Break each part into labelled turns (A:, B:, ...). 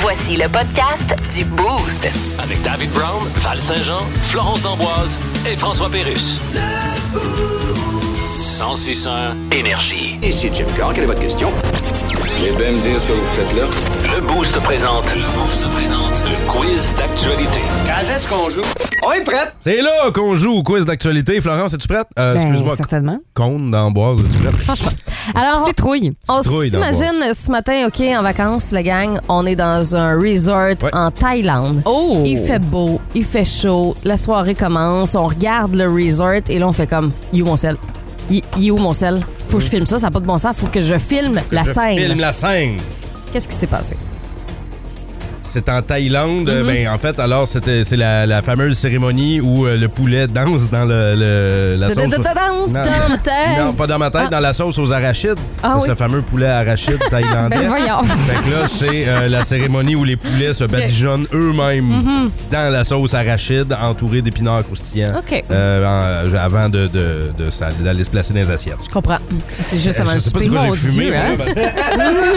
A: Voici le podcast du Boost.
B: Avec David Brown, Val Saint-Jean, Florence D'Amboise et François Pérus. 1061 Énergie.
C: Ici Jim Carr, quelle est votre question?
D: Vous bien me dire ce que vous faites là?
B: Le Boost présente. Le Boost présente. Le quiz d'actualité.
C: Quand est-ce qu'on joue? On est prête!
E: C'est là qu'on joue au quiz d'actualité. Florence, es-tu prête? Euh,
F: Ben,
E: Excuse-moi.
F: certainement.
E: Cône d'amboise, es-tu prête?
F: Franchement.
G: Oh.
F: Alors, citrouille.
G: On
E: Citrouille
G: s'imagine ce matin, OK, en vacances, la gang, on est dans un resort
E: Ouais.
G: en Thaïlande.
F: Oh!
G: Il fait beau, il fait chaud, la soirée commence, on regarde le resort et là, on fait comme, il est où mon sel? Il il est où mon sel? Faut que je filme ça, ça n'a pas de bon sens, faut que je filme la
E: Mm. Je
G: scène.
E: Filme la scène.
G: Qu'est-ce qui s'est passé?
E: C'est en Thaïlande.
G: Mm-hmm.
E: Ben, en fait, alors, c'était- c'est la, la fameuse cérémonie où euh, le poulet danse dans le, le- la
G: Da- da-
E: sauce.
G: da- da- danse
E: Non.
G: dans ma tête.
E: Non, pas dans ma tête, dans la sauce aux arachides.
G: Ah
E: C'est
G: oui.
E: le fameux poulet arachide thaïlandais.
F: Ben voyons.
E: Fait que là, c'est euh, la cérémonie où les poulets se badigeonnent eux-mêmes
F: Mm-hmm.
E: dans la sauce arachide entourée d'épinards croustillants.
G: OK.
E: Euh, en- avant de, de- de sa- d'aller se placer dans les assiettes.
G: Je comprends. C'est juste avant
E: Eh, Je
G: le
E: sais pas
G: souper.
E: si
G: Mon
E: j'ai fumé.
G: Dieu,
E: moi,
G: hein?
E: là, ben, parce-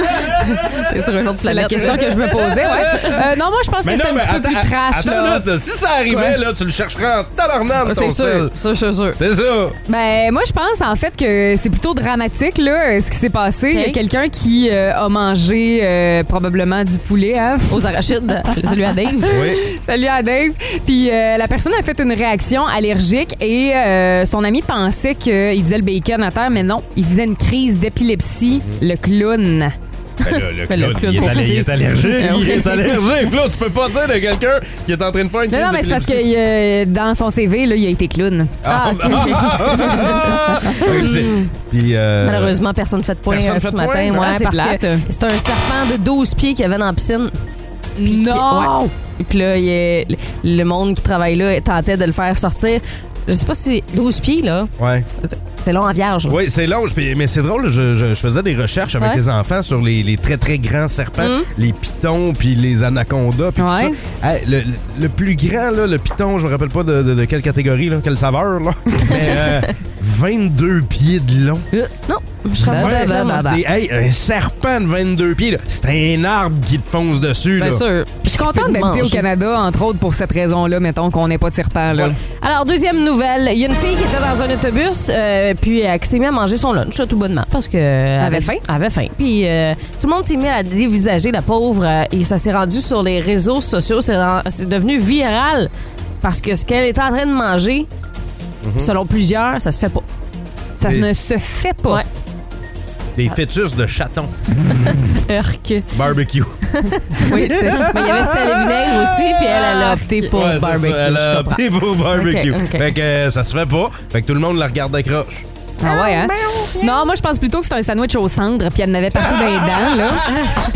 G: T'es sur une autre
F: C'est la
G: planète.
F: question que je me posais, ouais. Euh, non, moi, je pense que c'est un petit peu plus trash,
E: attends
F: là.
E: une minute, Si ça arrivait, là, tu le chercherais en tabarnak, ton
G: C'est sûr,
E: sel.
G: ça, c'est sûr.
E: C'est ça.
F: Ben, moi, je pense en fait que c'est plutôt dramatique, là, euh, ce qui s'est passé. Il y a
G: Ok.
F: quelqu'un qui euh, a mangé euh, probablement du poulet, hein?
G: Aux arachides, celui à Dave.
E: Oui.
F: Salut à Dave. Puis euh, la personne a fait une réaction allergique et euh, son ami pensait qu'il faisait le bacon à terre, mais non, il faisait une crise d'épilepsie, le clown.
E: le
G: Ben, le
E: il,
G: clown,
E: est allé- il est allergique.
G: Ah oui.
E: il est allergique. Là, tu peux pas dire de quelqu'un qui est en train de faire une
F: Non,
E: crise
F: non, mais c'est parce que
E: d'épilepsie.
F: euh, dans son CV, là, il a été clown.
E: Ah, ah, ah, ah. Oui, c'est- Puis, euh,
G: Malheureusement, personne ne fait de point
E: Personne
G: euh,
E: fait
G: ce
E: de hein?
G: matin.
E: point,
G: ouais,
F: ah, c'est
G: parce
F: plate.
G: que c'est un serpent de 12 pieds qu'il y avait dans la piscine.
F: Non!
G: Ouais. Et Puis là, il y a- le monde qui travaille là tentait de le faire sortir. Je sais pas si 12 pieds, là,
E: Ouais.
G: c'est long en vierge. là.
E: Oui, c'est long. je- Mais c'est drôle, je, je- je faisais des recherches avec
G: Ouais. Mm.
E: les enfants sur les, les très, très grands serpents, les pitons, puis les anacondas, puis
F: Ouais.
E: tout ça. Hey, le, le- le plus grand, là, le piton, je me rappelle pas de, de- de quelle catégorie, là, quelle saveur, là. mais euh, 22 pieds de long.
G: Non, je serais pas
E: Vingt-
G: d'accord.
E: Des- hey, un serpent de 22 pieds, là, c'est un arbre qui te fonce dessus. là.
G: Bien sûr.
F: Je suis contente d'habiter au Canada, entre autres, pour cette raison-là, mettons qu'on n'est pas de serpent, là.
G: Alors, deuxième nouvelle. Il y a une fille qui était dans un autobus, euh, puis elle s'est mise à manger son lunch, là, tout bonnement, parce que... euh, Elle
F: avait faim?
G: avait faim. Puis euh, tout le monde s'est mis à dévisager la pauvre, euh, et ça s'est rendu sur les réseaux sociaux. C'est dans- C'est devenu viral, parce que ce qu'elle était en train de manger, selon plusieurs, ça se fait pas.
F: Ça
E: Et-
F: ne se fait pas.
G: Ouais.
E: Des fœtus de chatons.
G: Urk.
E: Barbecue.
G: Oui, c'est- Ah! mais il y avait sel et vinaigre aussi, puis elle, elle a opté pour
E: Ouais, c'est ça,
G: barbecue.
E: elle
G: je
E: a
G: comprends.
E: opté pour barbecue.
G: Ok, ok.
E: Fait que euh, ça se fait pas. Fait que tout le monde la regarde d'accroche.
F: Ah ouais, hein? Non, moi, je pense plutôt que c'est un sandwich aux cendres, puis elle en avait partout dans les dents, là.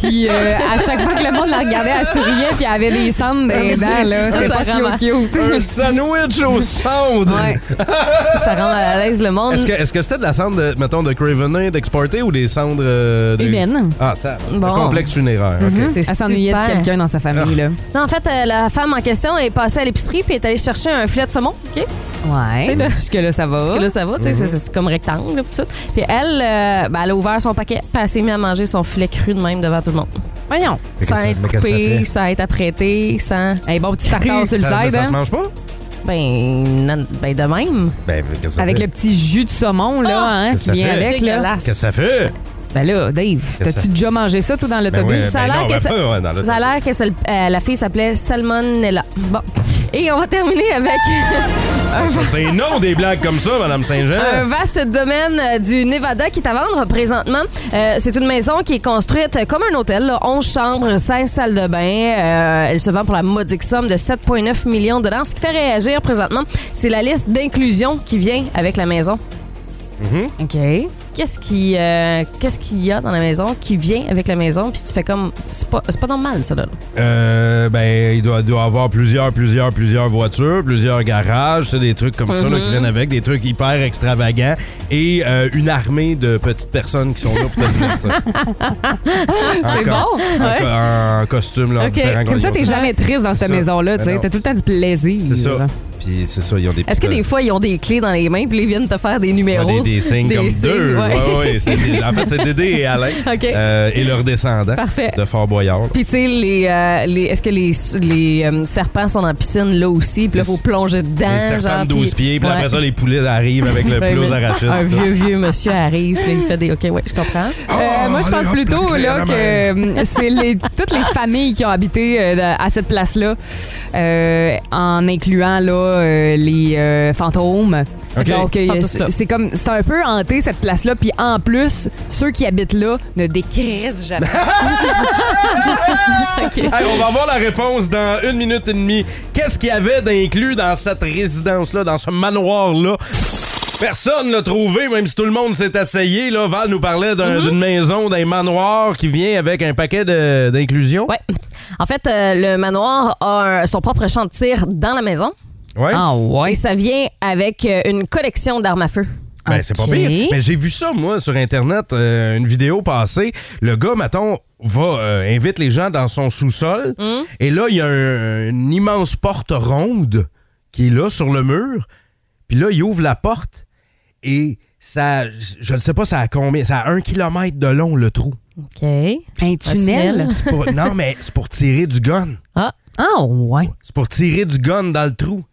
F: Puis euh, à chaque fois que le monde la regardait, elle souriait, puis elle avait des cendres dans les dents, là. C'était
G: Ça,
F: pas cute,
E: Un
F: cute.
E: sandwich au cendre.
F: Ouais.
G: Ça rend à l'aise le monde.
E: Est-ce que est-ce que c'était de la cendre, de, mettons, de Cravenin d'exporter ou des cendres euh, de...
F: Humaine.
E: Ah, t'as le
G: Bon.
E: complexe funéraire. ok.
F: Mhm. Elle s'ennuyait de
G: super.
F: quelqu'un dans sa famille, là.
G: Non, en fait, euh, la femme en question est passée à l'épicerie puis est allée chercher un filet de saumon. OK?
E: Ah.
F: Ouais. Jusque-là, ça va.
G: Parce que là, ça va, tu sais,
E: Mm-hmm.
G: c'est- c'est comme rectangle, là, pis tout ça. Puis elle, euh, ben, elle a ouvert son paquet, puis elle s'est mise à manger son filet cru de même devant tout le monde.
F: Voyons.
E: Mais
G: Sans
E: qu'est-ce que-
G: être
E: mais qu'est-ce que ça
G: coupé,
E: fait?
G: sans être apprêté, sans.
F: Un bon petit tartare sur le
E: Ça,
F: side,
E: ça se
F: hein?
E: mange pas?
G: Ben, non, ben de même.
E: Ben, qu'est-ce que ça
F: Avec
E: fait?
F: le petit jus de saumon, là,
G: Ah!
F: hein,
E: Qu'est-ce
F: qui
E: que ça
F: vient
E: fait?
F: avec, là.
G: Dégueulasse.
E: Qu'est-ce que ça fait?
F: Ben là, Dave,
E: que ça-
F: t'as-tu déjà mangé ça, toi, dans
E: Ben
F: l'autobus?
E: ouais,
G: ça a
E: ben
G: l'air
E: non,
G: que
E: ben
G: ça-
E: pas, ouais, dans le-
G: Ça a l'air que c'est le- euh, la fille s'appelait Salmonella. Bon. Et on va terminer avec
E: Ça, C'est non des blagues comme ça, Madame
G: un
F: Ah.
E: Saint-Jean.
G: vaste domaine euh, du Nevada qui est à vendre présentement. Euh, c'est une maison qui est construite euh, comme un hôtel, là, 11 chambres, 5 salles de bain. Euh, elle se vend pour la modique somme de 7,9 millions de dollars. Ce qui fait réagir présentement, c'est la liste d'inclusion qui vient avec la maison.
E: Mm-hmm.
F: OK.
G: Qu'est-ce qui, euh, qu'est-ce qu'il y a dans la maison qui vient avec la maison Puis tu fais comme c'est pas, c'est pas normal ça là.
E: Euh, ben, il doit, doit avoir plusieurs, plusieurs, plusieurs voitures, plusieurs garages, tu sais, des trucs comme ça
G: Mm-hmm.
E: là, qui viennent avec, des trucs hyper extravagants et euh, une armée de petites personnes qui sont là pour te divertir.
F: C'est
E: Encore-
F: bon?
E: encore- en costume. Là, en
G: Ok.
E: différents
F: Comme ça, t'es
E: costumes.
F: jamais triste dans
E: C'est
F: cette
E: ça.
F: maison-là, tu
E: Ben
F: sais.
E: non.
F: T'as tout le temps du plaisir.
E: C'est ça. Puis c'est ça, ils ont des
G: Est-ce que des
E: petites-
G: fois, ils ont des clés dans les mains puis ils viennent te faire des
E: Ah,
G: numéros?
E: des, des signes
G: Des
E: comme
G: signes,
E: deux.
G: ouais.
E: Ouais, ouais, c'est des- en fait, c'est Dédé et Alain
G: Ok.
E: euh, et leurs descendants
G: Parfait.
E: de Fort Boyard.
G: Puis, tu sais, les, euh, les, est-ce que les, les euh, serpents sont en piscine là aussi? Puis là,
E: Les-
G: faut plonger dedans.
E: les serpents
G: genre,
E: de 12
G: puis-
E: pieds, puis
G: Ouais.
E: après ça, les poulets arrivent avec le
G: Ben,
E: plus
G: mais-
E: d'arachide.
G: Un vieux, vieux monsieur arrive, puis là, il fait des. OK, ouais, je comprends.
F: Euh, moi, je pense plutôt là, que euh, c'est les- toutes les familles qui ont habité euh, dans- à cette place-là, euh, en incluant là, euh, les euh, fantômes.
E: OK.
F: Donc, euh,
G: Ils sont tous là.
F: c'est c'est comme c'est un peu hanté cette place-là. Puis en plus, ceux qui habitent là ne décrissent jamais.
E: Hey, on va avoir la réponse dans une minute et demie. Qu'est-ce qu'il y avait d'inclus dans cette résidence-là, dans ce manoir-là? Personne l'a trouvé, même si tout le monde s'est essayé. Là, Val nous parlait d'un- d'une maison, d'un manoir qui vient avec un paquet de- d'inclusions.
G: Ouais. En fait, euh, le manoir a un- son propre champ de tir dans la maison.
E: Ouais.
F: Ah ouais.
G: Et ça vient avec euh, une collection d'armes à feu.
E: Ben, c'est pas
F: Ok.
E: pire. Mais j'ai vu ça, moi, sur Internet, euh, une vidéo passée. Le gars, mettons, va, euh, invite les gens dans son sous-sol. Et là, il y a un- une immense porte ronde qui est là sur le mur. Puis là, il ouvre la porte et ça, je ne sais pas, ça a combien, ça a un kilomètre de long, le trou.
G: OK.
F: Un tunnel.
E: C'est pour- non, mais c'est pour tirer du gun.
G: Ah,
F: Ah ouais.
E: C'est pour tirer du gun dans le trou.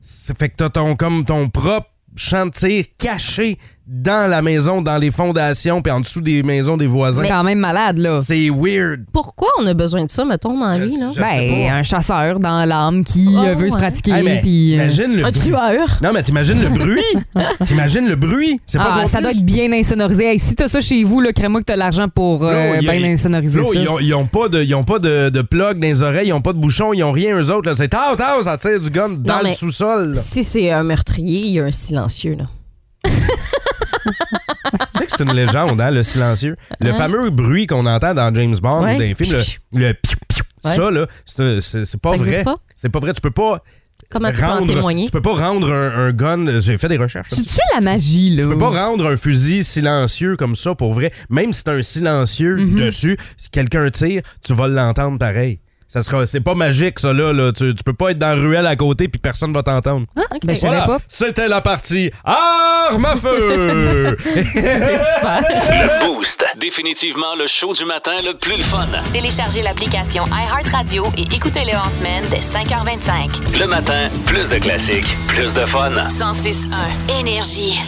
E: Ça fait que t'as ton, comme ton propre champ de tir caché dans la maison, dans les fondations, puis en dessous des maisons des voisins.
F: C'est quand même malade là.
E: C'est weird.
G: pourquoi on a besoin de ça, mettons, dans la
E: Je-
G: vie, là?
E: je- sais
F: Ben,
E: pas.
F: un chasseur dans l'âme qui
G: Oh,
F: euh, veut se
G: ouais.
F: pratiquer.
E: Hey, ben, mais
F: puis, euh,
E: t'imagines le
G: Un
E: bruit.
G: tueur.
E: Non, mais t'imagines le bruit. t'imagines le bruit. C'est pas
F: ah,
E: ton
F: ça doit
E: plus.
F: être bien insonorisé. Hey, si t'as ça chez vous, le crée-moi que t'as l'argent pour euh,
E: Flo,
F: bien
E: y a-
F: insonoriser
E: Flo,
F: ça.
E: Ils ont, ils ont pas de, ils ont pas de, de plug dans les oreilles, ils ont pas de bouchon, ils ont rien eux autres. là. C'est tao tao, ça tire du gun dans le
G: mais-
E: sous-sol. là.
G: Si c'est un meurtrier, il y a un silencieux, là.
E: Tu sais que c'est une légende, hein, le silencieux. Le fameux bruit qu'on entend dans James Bond
G: Ouais.
E: ou dans les films, le, le piou, piou,
G: Ouais.
E: ça, là, c'est- c'est c'est pas
G: Ça existe
E: vrai.
G: pas?
E: C'est pas vrai. Tu peux pas
G: Comment tu peux en
E: rendre.
G: témoigner?
E: Tu peux pas rendre un, un gun. J'ai fait des recherches. là.
F: Tu tues la magie, là.
E: Tu peux pas rendre un fusil silencieux comme ça pour vrai. Même si t'as un silencieux
G: Mm-hmm.
E: dessus, si quelqu'un tire, tu vas l'entendre pareil. Ça sera, c'est pas magique ça là. là. Tu, tu peux pas être dans la ruelle à côté puis personne va t'entendre.
G: Ok.
F: Ben, je savais
E: Voilà,
F: pas.
E: c'était la partie arme à feu.
B: Le Boost. Définitivement le show du matin le plus le fun.
A: Téléchargez l'application iHeartRadio et écoutez-le en semaine dès 5h25.
B: Le matin, plus de classiques, plus de fun.
A: 106.1 Énergie.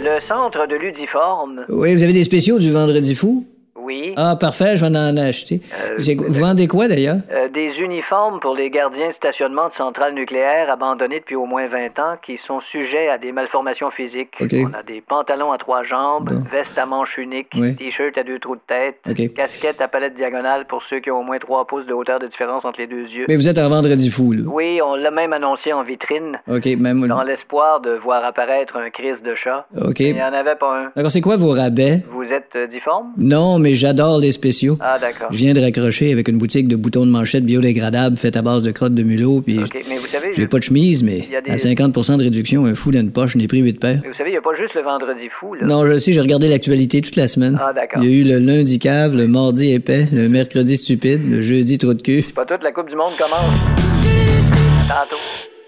H: Le centre de l'Udiforme.
I: Oui, vous avez des spéciaux du Vendredi fou?
H: Oui.
I: Ah, parfait, je vais en acheter. Vous avez- vous vendez quoi d'ailleurs?
H: Euh, des uniformes pour les gardiens de stationnement de centrales nucléaires abandonnées depuis au moins 20 ans qui sont sujets à des malformations physiques.
I: Ok.
H: On a des pantalons à trois jambes,
I: Bon.
H: veste à manches uniques,
I: Oui.
H: t-shirt à deux trous de tête,
I: Ok.
H: casquette à palette diagonale pour ceux qui ont au moins trois pouces de hauteur de différence entre les deux yeux.
I: Mais vous êtes en Vendredi fou, là.
H: Oui, on l'a même annoncé en vitrine
I: OK, même.
H: dans l'espoir de voir apparaître un crise de chat.
I: OK.
H: Il n'y en avait pas un.
I: D'accord, c'est quoi vos rabais?
H: Vous êtes euh, difforme?
I: Non, mais j'adore les spéciaux.
H: Ah, d'accord.
I: Je viens de raccrocher avec une boutique de boutons de manchette biodégradables faite à base de crottes de mulot, puis
H: OK, mais vous savez,
I: j'ai
H: je-
I: pas de chemise, mais
H: Il y a des-
I: à 50 de réduction, un fou dans une poche, n'ai pris huit paires.
H: vous savez, il n'y a pas juste le vendredi fou, là.
I: Non, je le sais, j'ai regardé l'actualité toute la semaine.
H: Ah, d'accord.
I: Il y a eu le lundi cave, le mardi épais, le mercredi stupide, le jeudi trop de cul.
H: Pas toute la Coupe du Monde commence. Tantôt.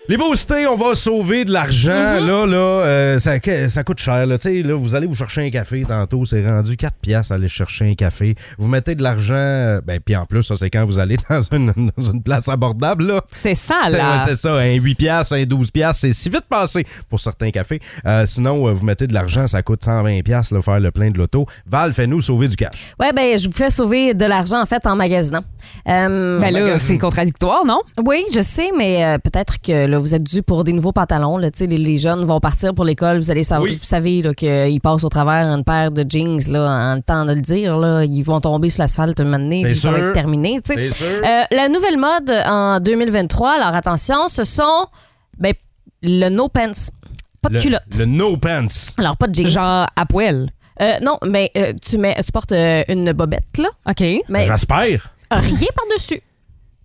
E: Les boostés, on va sauver de l'argent. Là, là, euh, ça, que- ça coûte cher. Là. Tu sais, là, vous allez vous chercher un café tantôt. C'est rendu 4 piastres aller chercher un café. Vous mettez de l'argent. euh, Ben, puis en plus, ça, c'est quand vous allez dans une, dans une place abordable. Là.
F: C'est ça,
E: C'est-
F: Ah là.
E: C'est ça, un 8 piastres, un 12 piastres, c'est si vite passé pour certains cafés. Euh, sinon, euh, vous mettez de l'argent, ça coûte 120 piastres, là, faire le plein de l'auto. Val, fais-nous sauver du cash.
G: Ouais, ben, je vous fais sauver de l'argent, en fait, en magasinant. Euh,
F: Ben là, c'est contradictoire, non?
G: Oui, je sais, mais euh, peut-être que là, vous êtes dû pour des nouveaux pantalons. Là, Tu sais, les, les jeunes vont partir pour l'école. Vous allez savoir,
E: Oui.
G: vous savez là, qu'ils passent au travers une paire de jeans là, en le temps de le dire. Là, ils vont tomber sur l'asphalte un moment donné,
E: C'est
G: puis ça va
E: sûr.
G: être terminé. tu sais.
E: C'est sûr.
G: Euh, la nouvelle mode en 2023, alors attention, ce sont ben, le no pants. Pas de
E: Le-
G: culotte.
E: Le no pants.
G: Alors, pas de jeans.
F: Genre à poil.
G: Euh, non, mais euh, tu, mets, tu portes euh, une bobette, là.
F: OK.
G: Mais
E: J'espère.
G: rien par-dessus.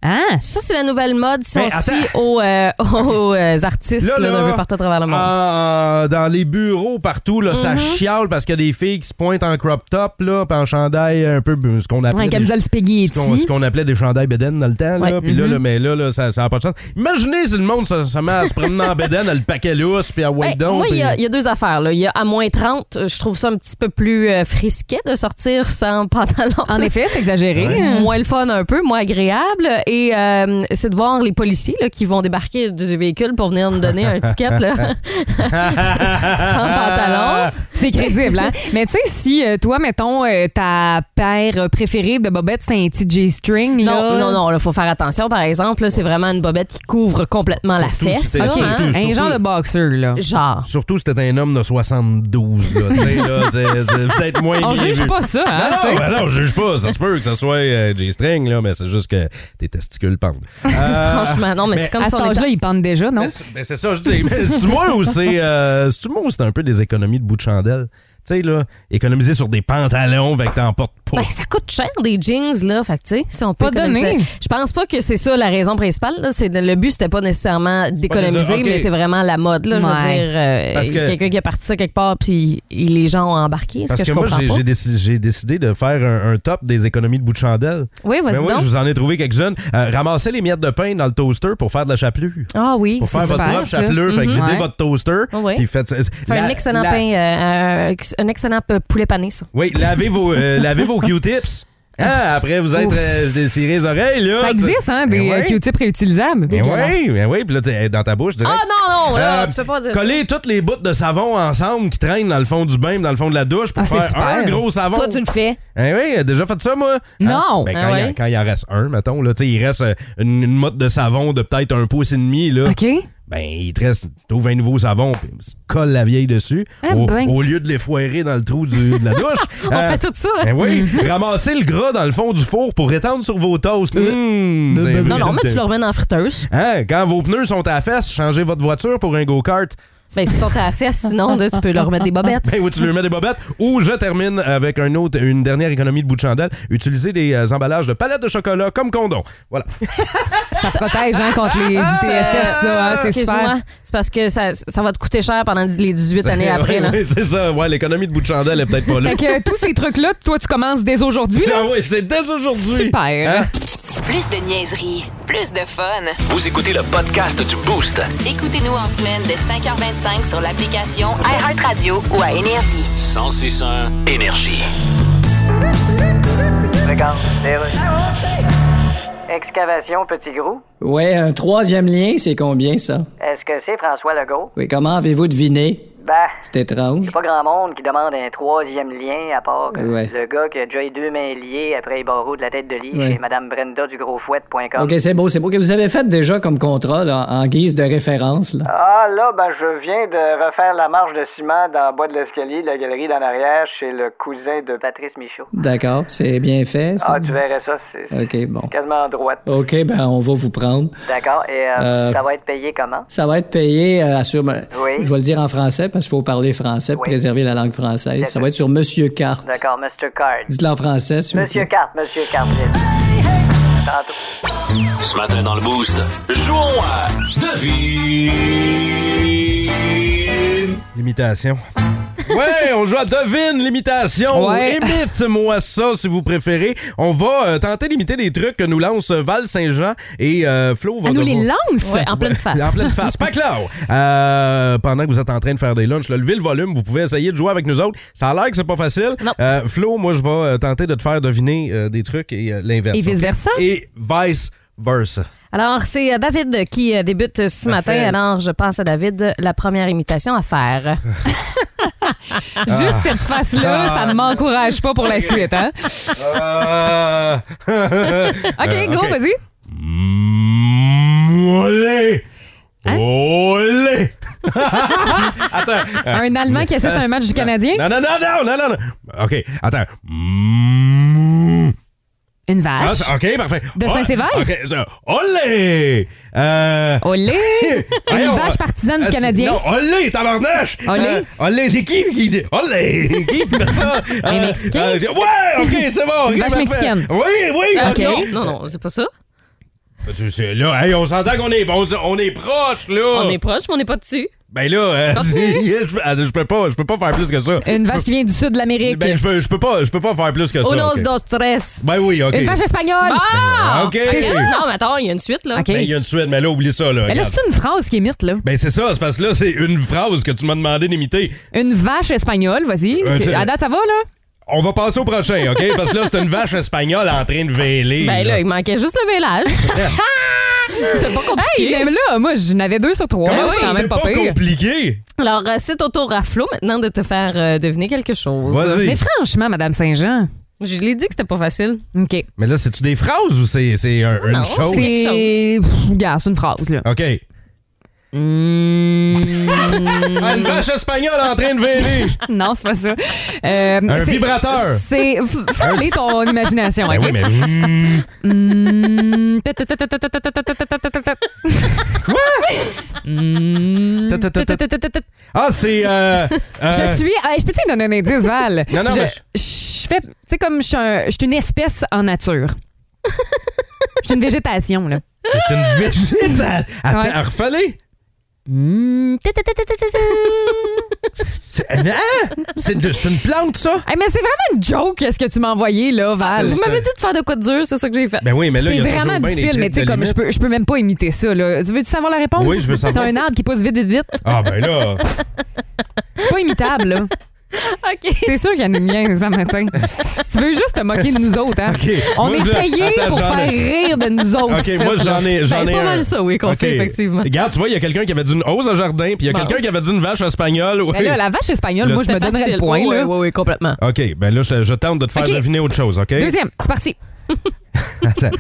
F: Hein?
G: Ça, c'est la nouvelle mode si
E: Mais
G: on se
E: attends.
G: fie aux, euh, aux euh, artistes
E: Là,
G: là,
E: là,
G: d'un peu partout à travers le monde. Mhm.
E: Ah, dans les bureaux partout, là, ça chiale parce qu'il y a des filles qui se pointent en crop top, là, puis en chandail un peu euh, ce qu'on appelait.
F: Un
E: des-
F: camisole spaghetti.
E: ce qu'on- ce qu'on appelait des chandails bédaine dans le temps. Là.
G: Ouais. Mhm.
E: Puis là, là, mais là, là, ça n'a pas de sens. Imaginez si le monde se, se met à se promener en bédaine, à le paquet lousse, puis à wait
G: Hey,
E: donc. ben.
G: Ben, moi, il y, a-
E: puis-
G: il y a deux affaires. là. Il y a à moins 30, euh, je trouve ça un petit peu plus euh, frisquet de sortir sans pantalon. Hmm.
F: En effet, c'est exagéré.
G: Moins le fun un peu, moins agréable. Et euh, c'est de voir les policiers là, qui vont débarquer du véhicule pour venir nous donner un ticket là, sans pantalon.
F: C'est crédible, hein? Mais tu sais, si euh, toi, mettons, euh, ta paire préférée de Bobette, c'est un petit J-string, là.
G: Non, non, non, il faut faire attention. Par exemple, là, c'est vraiment une bobette qui couvre complètement
E: Surtout
G: la
E: si
G: fesse.
E: t'es-
G: là,
E: surtout-
G: hein.
F: Un genre de boxeur, là.
G: Genre.
E: Surtout, c'était un homme de 72, là. tu sais, là, c'est c'est peut-être moins
F: On
E: bien
F: juge
E: vu.
F: pas ça, hein?
E: Non,
F: tu
E: non,
F: sais.
E: ben non, je juge pas. Ça se peut que ça soit euh, J-string, là, mais c'est juste que tes testicules pendent. Euh,
G: Franchement, non, mais, c'est comme
F: à
G: si
F: cet
G: on était
F: âge-là, ils pendent déjà, non?
E: mais c'est- mais c'est ça, je dis. Mais C'est-tu moi ou c'est. euh, c'est-tu moi ou c'est un peu des économies de bout de chandelle? Tu sais, là, économiser sur des pantalons, avec que t'en portes pas.
G: Ben, ça coûte cher des jeans, là. Fait que, tu sais, si on peut
F: Pas
G: économiser-
F: donné.
G: Je pense pas que c'est ça la raison principale. là. C'est, le but, c'était pas nécessairement d'économiser,
E: nécessaire- ok.
G: mais c'est vraiment la mode, là. Je
F: Ouais.
G: veux dire, euh,
E: Parce que-
G: quelqu'un qui a parti ça quelque part, puis il- les gens ont embarqué. Est-ce
E: Parce
G: que,
E: que,
G: je
E: moi,
G: comprends
E: j'ai-
G: pas?
E: j'ai déci- j'ai décidé de faire un, un top des économies de bout de chandelle.
G: Oui, vas-y
E: Ben oui,
G: donc.
E: je vous en ai trouvé quelques-unes. Euh, ramasser les miettes de pain dans le toaster pour faire de la chapelure.
G: Ah oui,
E: Pour
G: c'est
E: faire votre
G: super,
E: propre
F: ça.
E: chapelure, fait que
F: Mhm.
E: videz
F: Ouais.
E: votre toaster.
G: Oui.
E: puis faites-
G: Faire un
E: la-
G: excellent
E: la-
G: pain, euh, euh, un excellent euh, poulet pané, ça.
E: Oui, lavez vos, euh, lavez vos Q-tips. Hein, après, vous êtes
F: Ouf.
E: euh, déchiré les oreilles, là.
F: Ça existe, hein,
E: Ben
F: des euh,
E: ouais.
F: Q-tips réutilisables.
E: Ben oui,
F: Dégueulasse.
E: ben oui, puis là, t'es dans ta bouche, direct.
G: Ah non, non, là,
E: Euh,
G: tu peux pas dire ça.
E: Coller toutes les bouts de savon ensemble qui traînent dans le fond du bain, dans le fond de la douche pour
F: Ah, c'est
E: faire
F: super.
E: un gros savon.
G: Toi, tu le fais.
E: Eh oui, j'ai déjà fait ça, moi.
F: Non.
E: Ben, quand,
G: Ah
E: il y a-
G: ouais?
E: quand il en reste un, mettons, là, tu sais, il reste euh, une, une motte de savon de peut-être un pouce et demi, là.
F: OK?
E: Ben, il te reste, t'ouvres un nouveau savon, puis colle la vieille dessus,
F: Ah
E: au,
F: ben.
E: au lieu de les foirer dans le trou du- de la douche.
G: Eh On
E: Euh,
G: fait tout ça.
E: ben oui, ramasser le gras dans le fond du four pour étendre sur vos toasts. Mmh, t'as
G: Euh, Non,
E: vu,
G: non, mais tu
E: t'as-
G: le remets dans la friteuse.
E: Hein, quand vos pneus sont à la fesse, changez votre voiture pour un go-kart.
G: Ben, s'ils sont à la fesse, sinon, là, tu peux leur remettre des bobettes.
E: Ben oui, tu lui mets des bobettes. Ou je termine avec un autre, une dernière économie de bout de chandelle. Utiliser des euh, emballages de palettes de chocolat comme condom. Voilà.
F: Ça protège, hein, contre les ITSS, ça, hein, c'est
G: Ah, euh, Excuse-moi,
F: super.
G: c'est parce que ça, ça va te coûter cher pendant les 18 années
E: Ouais,
G: après. là.
E: ouais, c'est ça. Ouais, l'économie de bout de chandelle est peut-être pas là.
F: Fait que euh, tous ces trucs-là, toi, tu commences dès aujourd'hui, là.
E: Ah ouais, c'est dès aujourd'hui.
F: Super.
E: Hein?
A: Plus de niaiserie, plus de fun.
B: Vous écoutez le podcast du Boost.
A: Écoutez-nous en semaine de 5h25 sur l'application iHeartRadio ou à Énergie.
B: 1061 Énergie.
H: Regarde, les rues. Excavation Petit Gros.
I: Ouais, un troisième lien, c'est combien ça?
H: Est-ce que c'est François Legault?
I: Oui, comment avez-vous deviné?
H: Ben,
I: C'est étrange.
H: c'est pas grand monde qui demande un troisième lien à part que
I: Ouais.
H: le gars qui a déjà eu deux mains liées après les barreaux de la tête de lit
I: Ouais.
H: chez Madame Brenda du Gros Fouette.com.
I: OK, c'est beau, c'est beau. que vous avez fait déjà comme contrat, là, en guise de référence, là?
H: Ah là, ben je viens de refaire la marche de ciment dans le bas de l'escalier de la galerie d'en arrière chez le cousin de Patrice Michaud.
I: D'accord, c'est bien fait, ça?
H: Ah, tu verrais ça, c'est c'est
I: OK, bon.
H: quasiment en droite.
I: OK, ben, on va vous prendre.
H: D'accord, et euh,
I: Euh,
H: ça va être payé comment?
I: Ça va être payé, euh, à sur-
H: Oui.
I: Je vais le dire en français parce qu'il faut parler français, pour
H: Oui.
I: préserver la langue française. Ça
H: D'accord.
I: va être sur Monsieur Carte.
H: D'accord, Mr. Card.
I: Dites-le en français, s'il vous
H: Monsieur
I: plaît.
H: Card, Monsieur Card. Tantôt.
B: Ce matin dans le Boost, jouons à Devine.
E: L'imitation. Ouais, on joue à devine l'imitation.
F: Ouais.
E: Imite-moi ça si vous préférez. On va euh, tenter d'imiter des trucs que nous lance Val Saint-Jean et euh, Flo va
F: Elle nous les
E: devoir-
F: lance.
G: Ouais, en pleine face.
E: En pleine face. Pas clair. Euh, pendant que vous êtes en train de faire des lunchs, là, levez le volume. Vous pouvez essayer de jouer avec nous autres. Ça a l'air que c'est pas facile.
G: Non.
E: Euh, Flo, moi, je vais euh, tenter de te faire deviner euh, des trucs et euh, l'inverse.
F: Et vice-versa.
E: Et vice versa.
G: Alors, c'est euh, David qui euh, débute euh, ce matin.
E: Parfait.
G: Alors, je pense à David, la première imitation à faire.
E: Euh, Ah.
F: Juste cette face-là, ça m'encourage pas pour la suite, hein?
E: Euh,
F: OK,
E: Euh,
F: go,
E: ok.
F: vas-y.
E: Mm, Olé!
F: Hein?
E: Olé! Attends. euh,
F: Un Allemand qui assiste à un match du
E: Ah.
F: Canadien.
E: Non, non, non, non, non, non, non. OK, attends. Mm,
F: Une
E: ça,
F: vache.
E: ça, OK, parfait.
F: Ah, De
E: Oh,
F: Saint-Sévère?
E: OK, ça. Olé! Euh...
F: Olé! Une
E: voyons,
F: vache
E: euh,
F: partisane
E: euh,
F: du
E: c'est-
F: Canadien.
E: Non, olé, tabarnache!
F: Olé?
E: Euh, olé, c'est qui qui dit olé? Qui fait ça?
F: Un
E: Euh,
F: Mexicain?
E: euh, ouais, ok, c'est bon. ok,
F: Vache
E: parfait.
F: mexicaine.
E: Oui, oui,
G: Ah,
E: ok.
G: Non, non, non, c'est pas ça.
E: C'est- c'est- Là, hey, on s'entend qu'on est, on, on est proche, là.
G: On est proche, mais on n'est pas dessus.
E: Ben là, euh, je, je peux pas, je peux pas faire plus que ça.
F: Ah, Une vache qui vient du sud de l'Amérique.
E: ah. Ben, je peux, je peux pas, je peux pas faire plus que ça.
G: Unos
E: ok.
G: dos tres.
E: Ben oui, ok.
F: Une vache espagnole.
G: Ah!
E: Ok.
G: C'est ça. Non, mais attends, il y a une suite, là.
F: OK.
E: Ben, il y a une suite, mais là, oublie ça, là.
F: Mais là,
E: regarde.
F: c'est une phrase qui est mythe, là.
E: Ben c'est ça, c'est parce que là, c'est une phrase que tu m'as demandé d'imiter.
F: Une vache espagnole, vas-y.
E: Euh,
F: C'est-
E: c'est-
F: à date, ça va, là?
E: On va passer au prochain, OK? Parce que là, c'est une vache espagnole en train de véler.
G: Ben là, il manquait juste le vélage. C'est pas
F: Hey,
G: compliqué.
F: même là, moi, j'en avais deux sur trois.
E: Comment
F: c'est
E: ça,
F: quand
E: c'est
F: même
E: pas,
F: pas pire.
E: compliqué?
G: Alors, euh, c'est au tour à Flo maintenant de te faire euh, deviner quelque chose.
E: Vas-y.
F: Mais franchement, Madame Saint-Jean,
G: Je l'ai dit que c'était pas facile.
F: OK.
E: Mais là, c'est-tu des phrases ou c'est c'est un- une
G: Non,
E: chose?
G: quelque
F: C'est. Pff, Regarde, c'est une phrase, là.
E: OK.
F: Hmm.
E: Ah, une vache espagnole en train de véler.
F: Ah, Non, c'est pas ça.
E: Un
F: Euh, c'est-
E: vibrateur.
F: C'est. f- Fais aller ton imagination,
E: Ben
F: OK?
E: oui, mais... Hmm.
F: Mm. Mm.
E: Ta, ta, ta, ta. Ah, c'est... euh, euh,
F: Je suis. Ah, je peux te donner un indice, Val?
E: Non, non,
F: je,
E: mais-
F: je fais. Tu sais, comme je suis, un- je suis une espèce en nature. Je suis une végétation, là.
E: C'est une végétation. Attends,
F: Ouais.
E: à refaler.
F: Mm.
E: C'est hein? C'est de- c'est une plante, ça?
F: Hey, mais c'est vraiment une joke, ce que tu m'as envoyé, là, Val.
G: Vous m'avez dit de faire de quoi de dur, c'est ça que j'ai fait.
E: Ah, Ben oui, mais là, il
F: C'est
E: y a toujours
F: vraiment
E: bien des
F: difficile, mais tu sais,
E: limites de
F: comme je
E: limites.
F: peux, je peux même pas imiter ça, là. Tu veux-tu savoir la réponse?
E: Oui, je veux savoir.
F: C'est un arbre qui pousse vite, vite, vite.
E: Ah, ben là...
F: C'est pas imitable, là.
G: OK.
F: C'est sûr qu'il y en a une lien ce matin. tu veux juste te moquer de nous autres, hein?
E: OK.
F: On
E: Moi,
F: est
E: je-
F: payé
E: Attends,
F: pour
E: j'en ai-
F: faire rire de nous autres.
E: OK,
F: ici,
E: moi,
F: là.
E: j'en ai, j'en
G: Ben,
E: ai
G: c'est pas
E: un.
G: mal ça, oui, qu'on
E: OK.
G: fait, effectivement.
E: Regarde, tu vois, il y a quelqu'un qui avait dit une hausse au jardin, puis il y a
G: Bon. Ben
E: quelqu'un qui avait dit une vache espagnole. oui.
F: Mais Ben là, la vache espagnole,
E: Le-
F: moi, je me
G: C'était
F: donnerais
G: facile.
F: le point,
G: Oui,
F: là.
G: oui, oui, complètement.
E: OK, ben là, je, je tente de te faire
F: OK.
E: deviner autre chose, OK?
F: Deuxième, c'est parti. T'as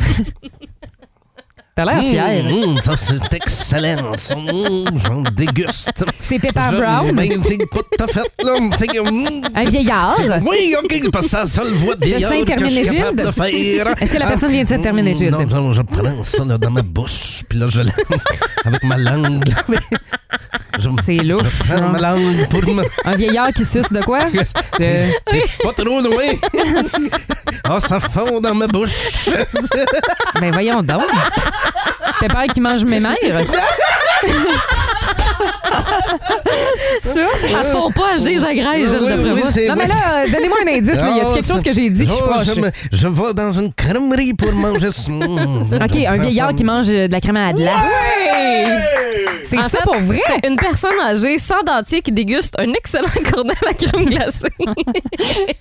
G: Ah, Mmh.
F: l'air fier.
E: Mmh, ça, c'est excellent. Mmh, j'en déguste.
F: C'est Pepper Brown,
E: c'est pas tout à fait, là. mmh.
F: un vieillard.
E: Oui, OK, parce que ça seule voix de
F: vieillard que je suis Saint-Terminégide? capable de
E: faire.
F: Est-ce que la personne vient de Saint-Terminégide? Non,
E: je prends ça dans ma bouche, puis là, je avec ma langue.
F: C'est louche. hein.
E: langue pour me...
F: Un vieillard qui suce de quoi? Euh,
E: T'es pas trop loin. Ah, ça fond dans ma bouche.
F: ben voyons donc. T'as peur qu'il mange mes mères? ça?
G: À ton pas, je désagrège, je
E: Oui,
G: d'après
E: oui,
G: moi.
E: c'est-
F: Non, mais là, euh, donnez-moi un indice. Là. Y a-t-il quelque chose que j'ai dit que je suis
E: Ah, Oh,
F: proche?
E: je, me- je vais dans une crèmerie pour manger ça.
F: OK, un vieillard qui mange euh, de la crème à la glace. C'est
G: En
F: ça
G: fait,
F: pour vrai?
G: c'est Une personne âgée sans dentier qui déguste un excellent cornet à la crème glacée.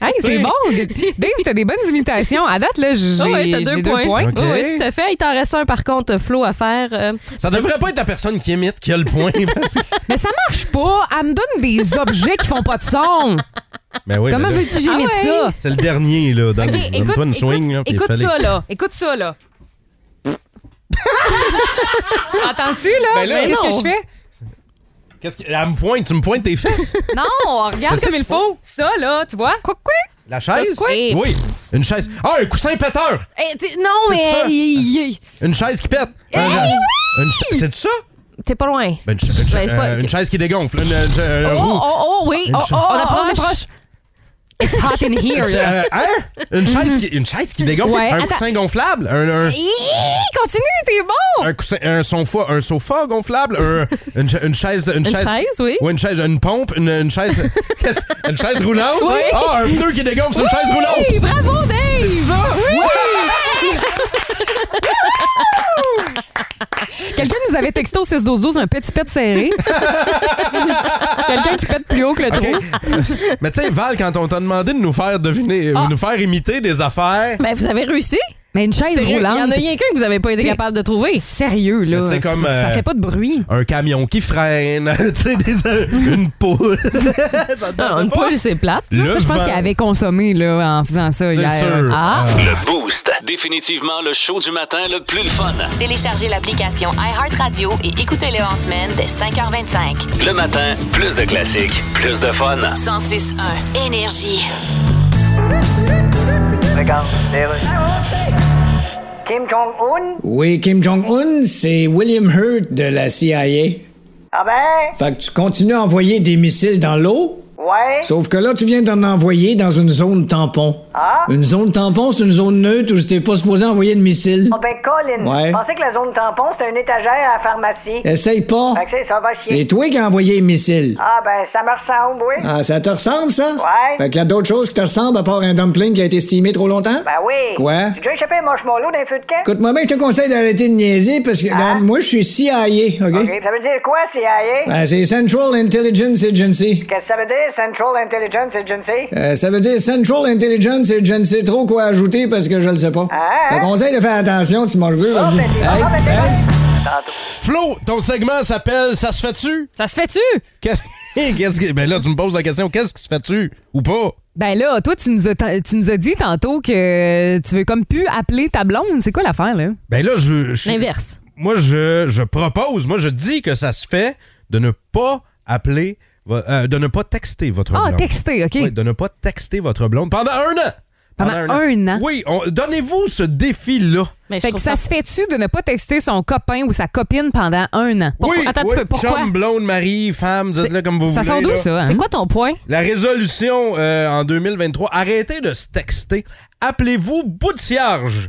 F: Hey, c'est bon. Dave, t'as des bonnes imitations. À date, là, j'ai
G: Ah ouais, t'as
F: j'ai
G: deux
F: deux
G: points.
F: points.
E: OK.
G: Oui, oui, tout à fait. Il t'en reste un, par contre, Flo, à faire. Euh,
E: Ça devrait pas être la personne qui imite qui a le point. parce que-
F: Mais ça marche pas. Elle me donne des objets qui font pas de son.
E: Ben oui,
F: Comment
E: mais là,
F: veux-tu que j'imite
G: Ah ouais?
F: ça?
E: C'est le dernier, là. Donne-
F: OK,
E: Donne-toi
F: écoute,
E: une swing.
F: écoute,
E: là, puis
F: écoute
E: fais-les.
F: ça, là. Écoute ça, là. Entends-tu, là?
E: Ben là,
F: Qu'est-ce que
G: non.
F: je fais?
E: Qu'est-ce que... Elle me pointe, tu me pointes tes fesses.
F: Non, regarde
E: Qu'est-ce
F: comme
E: que
F: il
E: tu fais?
F: faut. Ça, là, tu vois? Quoi, quoi?
E: La chaise?
F: Quoi?
E: Oui, une chaise. Ah, un coussin péteur.
F: Eh, non, mais...
E: ça?
F: il- il-
E: Une chaise qui pète. Un- euh, une cha- C'est ça?
G: T'es pas loin.
E: Ben, une, cha- une cha-
G: Ben, pas-
E: euh, une chaise qui dégonfle. Une, euh, une- un
G: Oh,
E: roux.
G: oh, oh, oui.
E: Une
G: Oh,
E: cha-
G: oh, on
F: oh,
G: approche.
F: oh, je- It's hot in here,
E: C'est,
F: là.
E: euh, hein? Une chaise qui, une chaise qui dégonfle,
F: Ouais,
E: un
F: attends.
E: coussin gonflable, un, un,
F: Hi, Continue, t'es bon!
E: un coussin, un sofa, un sofa gonflable, un- une, cha- une chaise, une,
G: Une chaise, oui.
E: Ouais, une chaise, une pompe, une, une chaise, Qu'est-ce? une chaise roulante.
G: Oui.
E: Ah, un pneu qui dégonfle, c'est une chaise roulante.
G: Oui, bravo, Dave!
F: Quelqu'un nous avait texté au 6 12 12 un petit pet serré. Quelqu'un qui pète plus haut que le
E: OK.
F: trou.
E: Mais tu sais, Val, quand on t'a demandé de nous faire deviner, ou nous faire imiter des affaires,
G: Mais vous avez réussi.
F: Mais une chaise
G: Sérieux, Il y en
F: roulante.
G: a rien qu'un que vous avez pas été
F: T'sais-
G: capable de trouver.
F: Sérieux, là.
E: Mais tu sais, comme,
F: ça, ça
E: euh,
F: fait pas de bruit.
E: un camion qui freine, tu sais, des- euh, une poule. Ça te
G: Non,
E: tente
G: Ah, une
E: pas?
G: poule, c'est plate.
E: Le
F: Moi, je pense
E: vent.
F: qu'elle avait consommé là, en faisant ça
E: C'est
F: hier.
E: sûr.
F: Ah,
B: Le Boost. Définitivement le show du matin le plus le fun.
A: Téléchargez l'application iHeartRadio et écoutez-le en semaine dès 5h25.
B: Le matin, plus de classiques, plus de fun.
A: 106.1 Énergie.
J: Kim Jong-un?
I: Oui, Kim Jong-un, c'est William Hurt de la CIA.
J: Ah ben?
H: ben,
I: Fait que tu continues à envoyer des missiles dans l'eau?
J: Ouais, Ouais.
I: Sauf que là, tu viens d'en envoyer dans une zone tampon.
J: Ah?
I: Une zone tampon, c'est une zone neutre où t'es pas supposé envoyer de missiles.
J: Oh ben, Colin,
I: Ouais.
J: je pensais que la zone tampon, c'était une étagère à la pharmacie.
I: Essaye pas.
J: ben. Fait que c'est- ça va
I: C'est
J: chier.
I: toi qui as envoyé les missiles.
J: Ah ben, ça me ressemble, oui.
I: Ah, ça te ressemble, ça?
J: Ouais.
I: Fait qu'il y a d'autres choses qui te ressemblent à part un dumpling qui a été estimé trop longtemps?
J: Ben oui.
I: Quoi?
J: J'ai déjà échappé un marshmallow d'un feu de camp.
I: Écoute-moi bien, je te conseille d'arrêter de niaiser parce que regarde, moi, je suis CIA, OK?
J: Hein? Ok, Ça veut dire quoi, CIA?
I: Ben, c'est Central Intelligence Agency.
J: Qu'est-ce que ça veut dire, Central Intelligence Agency?
I: Euh, ça veut dire Central Intelligence Agency. Trop quoi ajouter parce que je le sais pas.
J: Ah,
I: Je
J: hein?
I: te conseille de faire attention, tu m'en veux. parce que-
J: ben, c'est-
I: Hey,
J: ah, ben, c'est
I: hey.
K: Ah,
E: Flo, ton segment s'appelle Ça se fait-tu?
F: Ça se fait-tu?
E: Qu'est- Qu'est-ce que. Ben là, tu me poses la question, qu'est-ce qui se fait-tu? Ou pas?
F: Ben là, toi, tu nous, as, ta- tu nous as dit tantôt que tu veux comme plus appeler ta blonde. C'est quoi l'affaire, là?
E: Ben là, je. je-
G: L'inverse.
E: moi, je, je propose, moi, je dis que ça se fait de ne pas appeler, vo- euh, de ne pas texter votre
F: Ah,
E: blonde.
F: texter, OK.
E: Oui, de ne pas texter votre blonde pendant un an.
F: Pendant un an.
E: Oui, on- donnez-vous ce défi-là.
G: Mais je
F: fait que
G: trouve
F: ça, se fait-tu de ne pas texter son copain ou sa copine pendant un an? Pourquoi-
E: Oui,
F: Attends,
E: oui,
F: tu peux, pourquoi?
E: Chum, blonde, mari, femme, dites-le comme vous
F: ça
E: voulez.
F: sent d'où,
E: là.
F: ça? hein?
G: C'est quoi ton point?
E: La résolution euh, en 2023, arrêtez de se texter. Appelez-vous bout de cierge.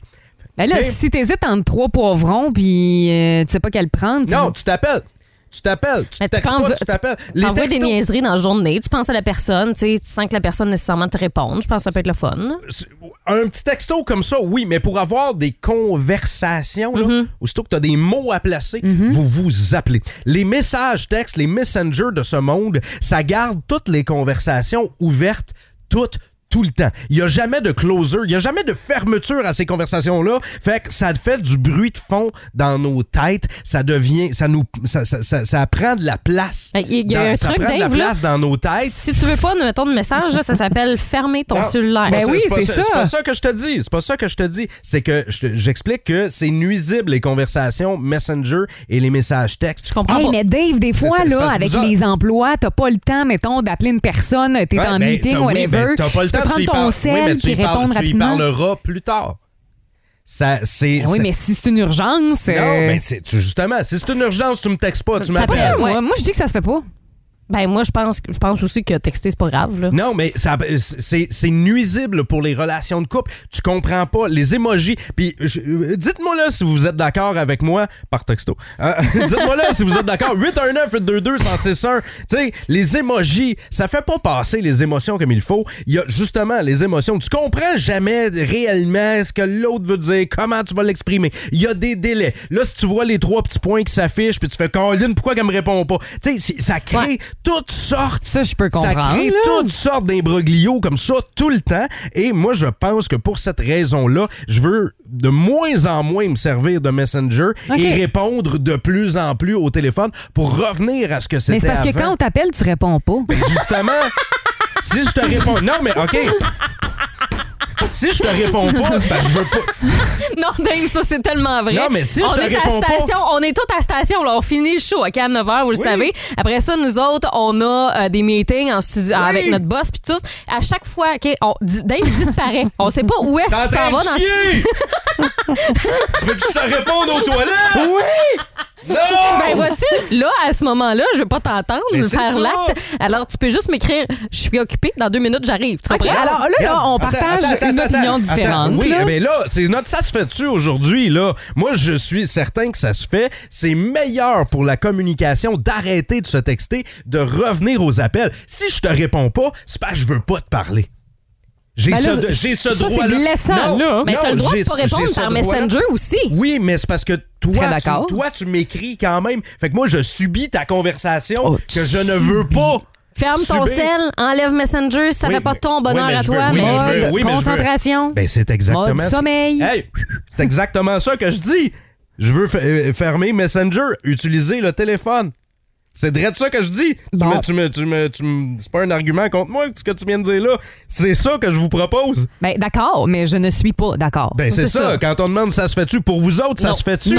F: Ben là,
E: Ben-
F: si t'hésites entre trois poivrons puis euh, tu sais pas quel prendre... tu-
E: Non, tu t'appelles. Tu t'appelles. Tu
G: Mais tu
E: textes
G: penses-
E: pas, tu t'appelles. Les
G: T'envoies des
E: textos-
G: niaiseries dans la journée, tu penses à la personne, tu sais, tu sens que la personne nécessairement te répond. Je pense que ça peut être le fun.
E: Euh, un petit texto comme ça, oui, mais pour avoir des conversations, là,
G: Mhm.
E: aussitôt que tu as des mots à placer, vous vous appelez. Les messages textes, les messengers de ce monde, ça garde toutes les conversations ouvertes, toutes, tout le temps. Il n'y a jamais de closure, il n'y a jamais de fermeture à ces conversations-là. Fait que ça fait du bruit de fond dans nos têtes. Ça devient, ça nous, ça, ça, ça- ça prend de la place.
G: Il y a- Ben, il y a
E: dans-
G: un
E: ça
G: truc,
E: prend de la
G: Dave, là.
E: place dans nos têtes.
G: Si tu veux pas, mettons de message, là, ça s'appelle fermer ton
E: Non,
G: cellulaire.
E: c'est pas
F: Ben oui,
E: pas
F: c'est ça.
E: C'est pas ça que je te dis. C'est pas ça que je te dis. C'est que je te- j'explique que c'est nuisible les conversations Messenger et les messages textes.
G: Je comprends
F: Hey,
G: pas.
F: mais Dave, des fois,
E: c'est- c'est
F: là,
E: parce que
F: avec
E: vous autres-
F: les emplois, t'as pas le temps, mettons, d'appeler une personne, t'es
E: Ouais,
F: en
E: ben,
F: meeting,
E: t'as- oui,
F: whatever.
E: ben, t'as pas le
F: tu peux
E: temps, tu y
F: prendre
E: parles-
F: ton
E: oui, mais
F: sel
E: tu
F: puis
E: y parles-
F: répondre
E: Tu y
F: rapidement.
E: parleras plus tard. Ça, c'est.
F: Ben oui,
E: c'est-
F: mais si c'est une urgence.
E: Non,
F: euh,
E: ben, c'est- tu- justement, si c'est une urgence, tu me textes pas, tu
F: pas ça,
E: m'appelles.
F: moi.
G: Ouais.
F: Moi, je dis que ça se fait pas.
G: Ben moi, je pense, je pense aussi que texter, c'est pas grave. Là.
E: Non, mais ça, c'est, c'est nuisible pour les relations de couple. Tu comprends pas les émojis. Puis je- euh, dites-moi là si vous êtes d'accord avec moi par texto. Euh, dites-moi là si vous êtes d'accord. 819 822 1061. Tu sais, les émojis, ça fait pas passer les émotions comme il faut. Il y a justement les émotions. Tu comprends jamais réellement ce que l'autre veut dire, comment tu vas l'exprimer. Il y a des délais. Là, si tu vois les trois petits points qui s'affichent, puis tu fais Caroline, pourquoi qu'elle me répond pas Tu sais, c'est- ça crée toutes sortes
F: Ça, je peux comprendre.
E: ça crée
F: là.
E: toutes sortes d'imbroglios comme ça tout le temps. Et moi, je pense que pour cette raison-là, je veux de moins en moins me servir de Messenger
F: Ok.
E: et répondre de plus en plus au téléphone pour revenir à ce que c'était
F: Mais c'est parce que
E: avant.
F: quand on t'appelle, tu réponds pas.
E: Ben, Justement, si je te réponds... Non, mais OK. Si je te réponds pas, c'est parce que je veux pas...
G: Non, Dave, ça, c'est tellement vrai.
E: Non, mais si je
G: on
E: te
G: est
E: réponds
G: à
E: pas-
G: station, On est tous à station. Là, on finit le show OK, à 9 h, vous le
E: Oui.
G: savez. Après ça, nous autres, on a euh, des meetings en studio
E: Oui.
G: avec notre boss. Puis tout. À chaque fois, OK, on, di- Dave disparaît. on sait pas où est-ce
E: T'es en
G: qu'il
E: train
G: s'en va
E: de
G: dans
E: chier! tu veux que je te réponde aux toilettes? Oui! Non!
G: Ben vois-tu, là, à ce moment-là, je veux pas t'entendre
E: Mais c'est
G: faire
E: ça.
G: l'acte. Alors, tu peux juste m'écrire « Je suis occupée, dans deux minutes, j'arrive. » Tu
F: OK,
G: comprends?
F: alors là, là, on
E: Attends,
F: partage
E: attends,
F: une
E: attends,
F: opinion
E: attends,
F: différente.
E: attends. Oui,
F: là.
E: mais là, c'est notre ça se fait-tu aujourd'hui, là. Moi, je suis certain que ça se fait. C'est meilleur pour la communication d'arrêter de se texter, de revenir aux appels. Si je te réponds pas, c'est pas que je veux pas te parler. J'ai
F: Ben là,
E: ce, j'ai ce
F: ça, c'est
E: droit-là. Non,
F: blessant, là.
G: mais t'as le
E: non,
G: droit de
E: j'ai-
G: pas
E: j'ai
G: répondre
E: ce
G: par
E: droit-là.
G: Messenger aussi.
E: Oui, mais c'est parce que toi,
F: Très
E: tu,
F: d'accord.
E: toi, tu m'écris quand même. Fait que moi, je subis ta conversation
F: Oh, tu
E: que je ne veux pas.
G: Ferme ton
E: subir.
G: sel, enlève Messenger, ça
E: Oui,
G: fait pas
E: mais-
G: ton bonheur
E: oui, mais
G: à
E: je veux-
G: toi.
E: oui, mais
G: mais
E: je veux-
F: Mode
E: oui, mais je veux-
F: concentration.
E: Ben, c'est exactement
F: Mode
E: ça.
F: sommeil.
E: Hey, c'est exactement ça que je dis. Je veux f- euh, fermer Messenger, utiliser le téléphone. C'est vrai de ça que je dis. Tu
F: Bon.
E: me- Tu me, tu me, tu me- c'est pas un argument contre moi ce que tu viens de dire là. C'est ça que je vous propose.
F: Ben, d'accord, mais je ne suis pas d'accord.
E: Ben c'est ça. Quand on demande ça se fait-tu pour vous autres, ça
G: Non.
E: se fait-tu.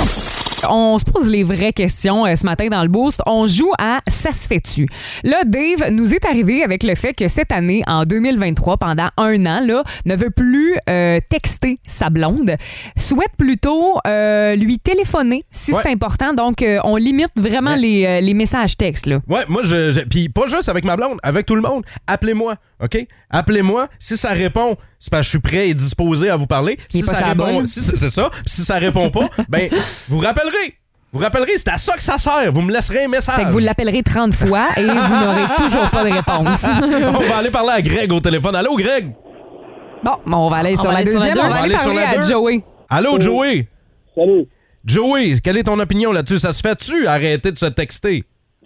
F: On se pose les vraies questions euh, ce matin dans le boost. On joue à Ça se fait-tu? Là, Dave nous est arrivé avec le fait que cette année, en 2023, pendant un an, là, ne veut plus euh, texter sa blonde, souhaite plutôt euh, lui téléphoner si
E: Ouais.
F: c'est important. Donc, euh, on limite vraiment
E: Mais-
F: les, euh, les messages message texte, là.
E: Ouais, moi, je, je- Puis pas juste avec ma blonde, avec tout le monde. Appelez-moi, OK? Appelez-moi. Si ça répond, c'est parce que je suis prêt et disposé à vous parler.
F: Il est
E: Si
F: pas
E: ça
F: sa
E: répond,
F: bonne.
E: si c'est c'est ça. Puis si ça répond pas, ben, vous rappellerez. Vous rappellerez, c'est à ça que ça sert. Vous me laisserez un message.
F: Fait que vous l'appellerez 30 fois et vous n'aurez toujours pas de réponse.
E: On va aller parler à Greg au téléphone. Allô, Greg?
F: bon, bon, on va aller
G: On
F: sur
G: va
F: la
G: aller sur
F: deuxième.
G: la deux.
F: on va aller
E: sur
F: parler
E: la
F: à
E: deux.
F: Joey. Oh.
E: Allô, Joey?
K: Salut.
E: Joey, quelle est ton opinion là-dessus? Ça se fait-tu arrêter de se texter?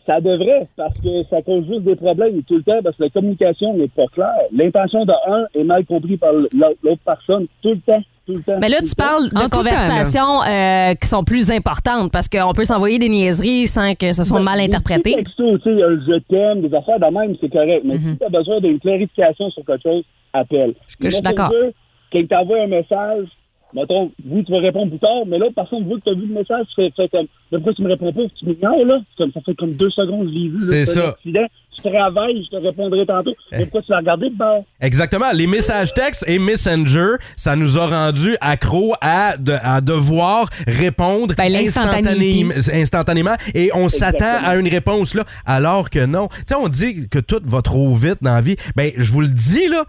K: Ça devrait, parce que ça cause juste des problèmes tout le temps, parce que la communication n'est pas claire. L'intention de un est mal comprise par l'autre l'autre personne tout le temps, tout le temps.
G: Mais là,
K: tout
G: tu
K: le temps.
G: parles
F: En
G: de
F: tout temps,
G: conversations euh, qui sont plus importantes parce qu'on peut s'envoyer des niaiseries sans que ce soit mal
K: Des petits
G: interprété.
K: textos, tu sais, un je t'aime, des affaires de même, c'est correct. Mais
G: Mhm.
K: si tu as besoin d'une clarification sur quelque chose, appelle.
G: je suis
K: Messenger,
G: d'accord.
K: Quand t'envoies un message, mettons, vous, tu vas répondre plus tard, mais l'autre personne veut que tu as vu le message, tu fais, fais comme, mais pourquoi tu me réponds pas, tu m'ignores, là? C'est Comme, ça fait comme deux secondes, je l'ai vu, là,
E: C'est
K: un
E: ça. Eh.
K: accident. Tu travailles, je te répondrai tantôt. Mais pourquoi tu l'as regardé de bord?
E: Exactement. Les messages textes et Messenger, ça nous a rendu accro à, de- à devoir répondre
F: Ben, l'instantanéité.
E: instantanément- instantanément et on s'attend à une réponse là, alors que non. Tu sais, on dit que tout va trop vite dans la vie. Ben, je vous le dis là,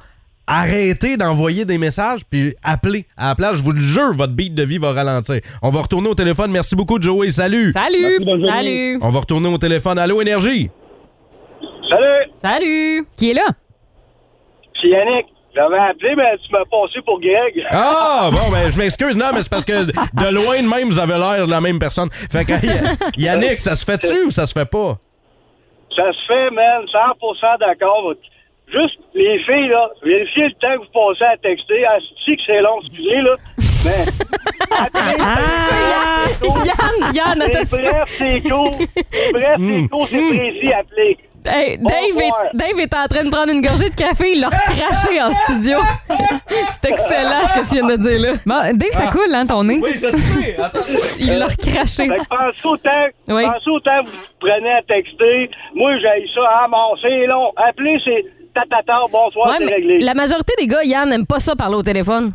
E: arrêtez d'envoyer des messages puis appelez. À la place, je vous le jure, votre beat de vie va ralentir. On va retourner au téléphone. Merci beaucoup, Joey. Salut.
F: Salut!
K: Merci, bonne journée.
G: Salut!
E: On va retourner au téléphone. Allô, Énergie.
K: Salut!
G: Salut!
F: Qui est là?
K: C'est Yannick. J'avais appelé, mais tu m'as passé pour Greg.
E: Ah, bon, ben, je m'excuse. Non, mais c'est parce que de loin de même, vous avez l'air de la même personne. Fait que, Y- Yannick, ça se fait-tu ou ça se fait pas?
K: Ça se fait, man, 100% d'accord. Juste, les filles, là, vérifiez le temps que vous passez à texter. Ah, si que c'est long, excusez, là. Mais...
F: Ah!
G: Yann, Yann, attends,
K: C'est bref, c'est court. Bref,
G: Hmm.
K: c'est court, c'est précis, appelez.
G: Hey, Dave,
K: revoir.
G: est, Dave est en train de prendre une gorgée de café, il l'a recraché en studio. C'est excellent ce que tu viens de dire là.
F: Bon, Dave,
E: Ah!
F: ça coule, hein, ton nez?
E: je sais. Attendez.
G: Il l'a recraché.
K: Fait que pensez au temps,
G: Oui.
K: pensez au temps que vous prenez à texter. Moi, j'ai ça, ah, bon, c'est long. Appelez, c'est tatata, bonsoir,
G: Ouais,
K: c'est
G: mais
K: réglé.
G: la majorité des gars, Yann, n'aime pas ça parler au téléphone.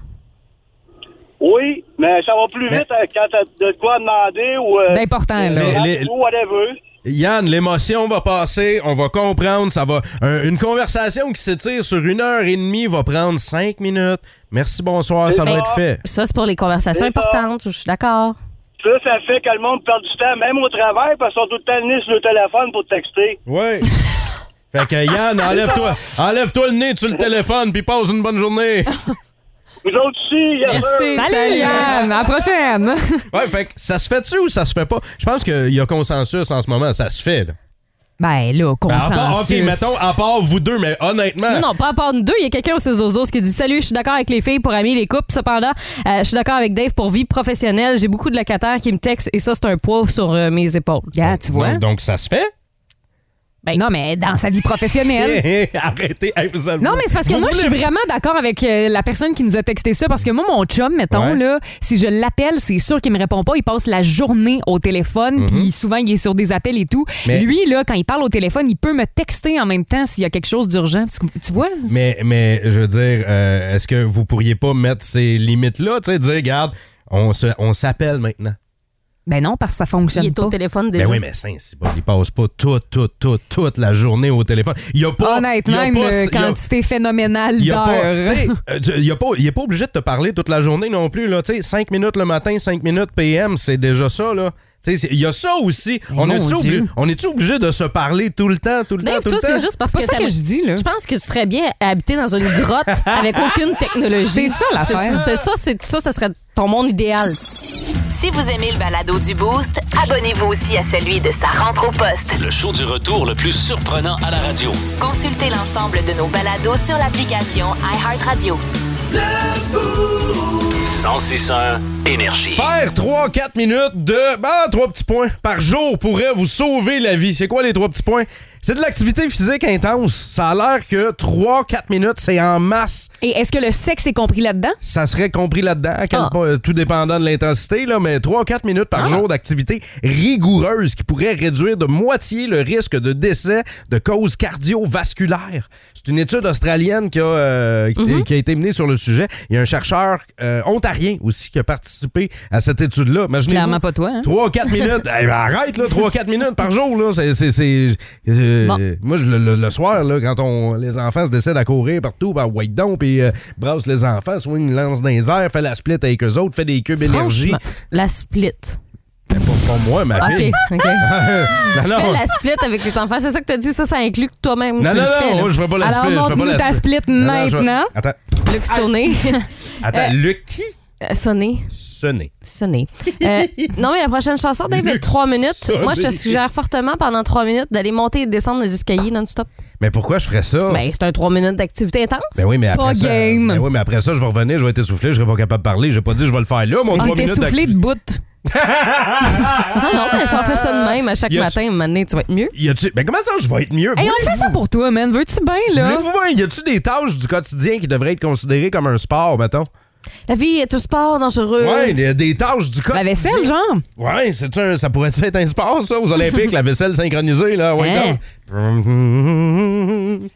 K: Oui, mais ça va plus vite hein, quand t'as de quoi demander ou... euh,
F: D'important, Ben, là.
E: Mais- les-
K: ou whatever.
E: Yann, l'émotion va passer, on va comprendre, ça va. un- une conversation qui s'étire sur une heure et demie va prendre cinq minutes. Merci, bonsoir, ça va
K: Ben-
E: être fait.
G: Ça, c'est pour les conversations
K: C'est ça.
G: importantes, je suis d'accord.
K: Ça, ça fait que le monde perd du temps, même au travail, parce qu'ils sont tout le temps le nez sur le téléphone pour texter.
E: Ouais. Fait que Yann, enlève-toi, enlève-toi le nez sur le téléphone, puis passe une bonne journée.
K: Vous autres aussi, yes sir.
F: Salut, Yann! À la prochaine!
E: Ouais, fait que ça se fait-tu ou ça se fait pas? Je pense qu'il y a consensus en ce moment, ça se fait. là.
F: ben là,
E: Ben, à
F: consensus.
E: part- ok, mettons, à part vous deux, mais honnêtement.
G: Non, non, pas à part nous deux. Il y a quelqu'un au 6 12 qui dit Salut, je suis d'accord avec les filles pour amis, les couples. Cependant, euh, je suis d'accord avec Dave pour vie professionnelle. J'ai beaucoup de locataires qui me textent et ça, c'est un poids sur euh, mes épaules.
F: Regarde, tu vois?
E: Donc, donc ça se fait?
G: Ben,
F: non, mais dans sa vie professionnelle.
E: Arrêtez. hey, vous avez-
F: Non, mais c'est parce que
E: Vous
F: moi, je suis
E: voulez-
F: vraiment d'accord avec euh, la personne qui nous a texté ça. Parce que moi, mon chum, mettons,
E: Ouais.
F: là, si je l'appelle, c'est sûr qu'il me répond pas. Il passe la journée au téléphone, puis souvent, il est sur des appels et tout.
E: Mm-hmm. Mais-
F: Lui, là, quand il parle au téléphone, il peut me texter en même temps s'il y a quelque chose d'urgent. Tu, tu vois?
E: Mais, mais, je veux dire, euh, est-ce que vous pourriez pas mettre ces limites-là? Tu sais, dire, regarde, on se- on s'appelle maintenant.
F: Ben non, parce que ça fonctionne
G: il est
F: pas.
G: au téléphone déjà.
E: Ben oui, mais ça, c'est bon. Il passe pas toute, toute, toute, toute la journée au téléphone. Il y a pas.
F: Honnêtement,
E: il y a pas-
F: une
E: il y a-
F: quantité phénoménale
E: Il a pas, tu
F: d'heures.
E: sais, euh, tu- il a pas, il est pas obligé de te parler toute la journée non plus là. Tu sais, cinq minutes le matin, cinq minutes PM, c'est déjà ça là. Tu sais, c'est- il y a ça aussi. on
F: mon
E: est
F: Dieu.
E: obligé, on est obligé de se parler tout le temps, tout le
G: Dave,
E: temps, tout le
G: Ben, toi, c'est
E: temps.
G: juste parce
F: C'est pas
G: que
F: ça que
G: t'aimes-
F: je dis, là.
G: Je pense que tu serais bien à habiter dans une grotte avec aucune technologie.
F: C'est ça, l'affaire.
G: C'est- C'est ça, c'est ça, ça serait ton monde idéal.
A: Si vous aimez le balado du Boost, abonnez-vous aussi à celui de sa rentre au poste.
B: Le show du retour le plus surprenant à la radio.
A: Consultez l'ensemble de nos balados sur l'application iHeartRadio.
B: 1061 Énergie.
E: Faire ah, 3-4 minutes de ben, 3 petits points par jour pourrait vous sauver la vie. C'est quoi les trois petits points? C'est de l'activité physique intense. Ça a l'air que 3-4 minutes, c'est en masse.
F: Et est-ce que le sexe est compris là-dedans?
E: Ça serait compris là-dedans, à
F: Ah.
E: quel point- euh, tout dépendant de l'intensité, là, mais 3-4 minutes par jour d'activité rigoureuse qui pourrait réduire de moitié le risque de décès de causes cardiovasculaires. C'est une étude australienne qui a, euh, qui-
F: Mhm.
E: qui a été menée sur le sujet. Il y a un chercheur euh, ontarien aussi qui a participé à cette étude-là. Imaginez-vous,
F: Clairement pas toi, hein?
E: 3-4 minutes. Eh ben, arrête, là, 3-4 minutes par jour, là. C'est. c'est- c'est- euh,
F: Bon.
E: Moi, je- le, le- le soir, là, quand on, les enfants se décèdent à courir partout, ben, wait donc, puis euh, brasse les enfants, swing, lance dans les airs, fais la split avec eux autres, fais des cubes énergie.
G: Franchement, la split.
E: Ben, pas, pas moi, ma
G: OK,
E: fille.
G: OK.
E: non, non.
G: Fais la split avec les enfants. C'est ça que tu as dit. Ça, ça inclut que toi-même.
E: Ah, Non,
G: tu
E: non,
G: le fais,
E: non,
G: là.
E: moi, je fais pas la
G: Alors,
E: split. je fais pas
F: montre-nous
E: la
F: ta split
E: Non, non, je fais-
F: maintenant.
E: Attends,
G: Luc Sonné.
E: attends, Luc qui
G: Ah. Euh, Sonné.
E: sonnait?
G: Sonné. Euh, non, mais la prochaine chanson, Dave, est 3 minutes.
E: Sonné.
G: Moi, je te suggère fortement pendant 3 minutes d'aller monter et descendre les escaliers non-stop.
E: Mais pourquoi je ferais ça?
G: Ben, c'est un 3 minutes d'activité intense.
E: Ben oui, mais après
F: Pas
E: ça,
F: game.
E: ben oui, mais après ça, je vais revenir, je vais être essoufflé, je serai pas capable de parler. J'ai pas dit je vais le faire là, mon
F: On
E: 3
F: était
E: minutes
F: soufflé
E: d'activité.
F: de bout.
G: Non, Ah non, mais si on fait ça de même à chaque
E: Y a-
G: matin, un moment donné, tu vas être mieux.
E: Y a-tu. Ben comment ça, je vais être mieux?
F: Hey, on
E: Voulez-vous-
F: le fait ça pour toi, man. Veux-tu bien, là?
E: Voulez-vous voir, y a-tu des tâches du quotidien qui devraient être considérées comme un sport, mettons?
G: La vie est un sport dangereux.
E: Ouais, y a des tâches du quotidien.
F: La vaisselle, genre?
E: Ouais, c'est ça, ça pourrait être un sport, ça, aux Olympiques, la vaisselle synchronisée, là. Ouais,
F: Hein?
E: donc.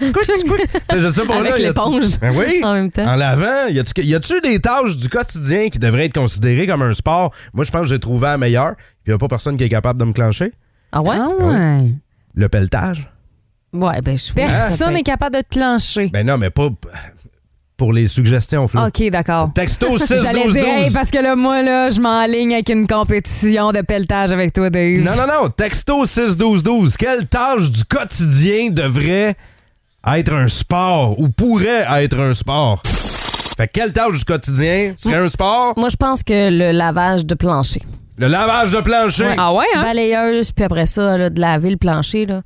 E: je sais pas,
G: Avec
E: là, y a-tu-
G: l'éponge.
E: Ben oui.
G: En même temps.
E: En l'avant, y a-tu- y a-tu des tâches du quotidien qui devraient être considérées comme un sport? Moi, je pense que j'ai trouvé la meilleure, puis y a pas personne qui est capable de me clencher.
G: Ah ouais?
F: Ah
E: Le pelletage.
G: Ouais, ben je
F: Personne n'est capable de te clencher.
E: Ben non, mais pas pour les suggestions, Flo.
F: OK, d'accord.
E: Texto 6
F: J'allais
E: 12
F: dire, hey,
E: 12.
F: parce que là, moi, là, je m'enligne avec une compétition de pelletage avec toi, Dave.
E: Non, non, non. Texto 6 12 12. Quelle tâche du quotidien devrait être un sport ou pourrait être un sport? Fait que quelle tâche du quotidien serait un sport?
G: Moi, je pense que le lavage de plancher.
E: Le lavage de plancher.
F: Ah ouais, hein?
G: Balayeuse, puis après ça, là, de laver le plancher. là.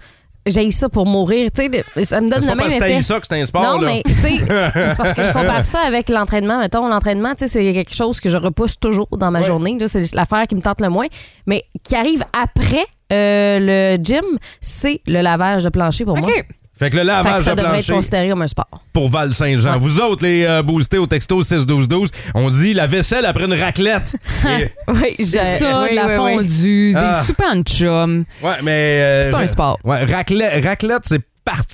G: J'ai ça pour mourir. Tu sais, de- ça me donne
E: C'est pas
G: le même
E: parce que
G: effet.
E: t'haïs ça que c'est un sport,
G: non,
E: là.
G: mais tu sais, c'est parce que je compare ça avec l'entraînement. Mettons, l'entraînement, tu sais, c'est quelque chose que je repousse toujours dans ma journée. là. C'est l'affaire qui me tente le moins. Mais qui arrive après euh, le gym, c'est le lavage de plancher pour moi.
F: OK.
E: Fait que le
G: Fait que
E: lavage
G: ça
E: de
G: devrait être
E: plancher
G: considéré comme un sport.
E: pour Val-Saint-Jean. Vous autres, les euh, boostés au texto 6 12 12, on dit la vaisselle après une raclette. Et-
G: Oui, j'ai
F: Ça, de la fondue,
E: Ah.
F: des soupes en chum.
E: Ouais, mais. euh,
F: C'est un sport.
E: Ouais, raclette, raclette, c'est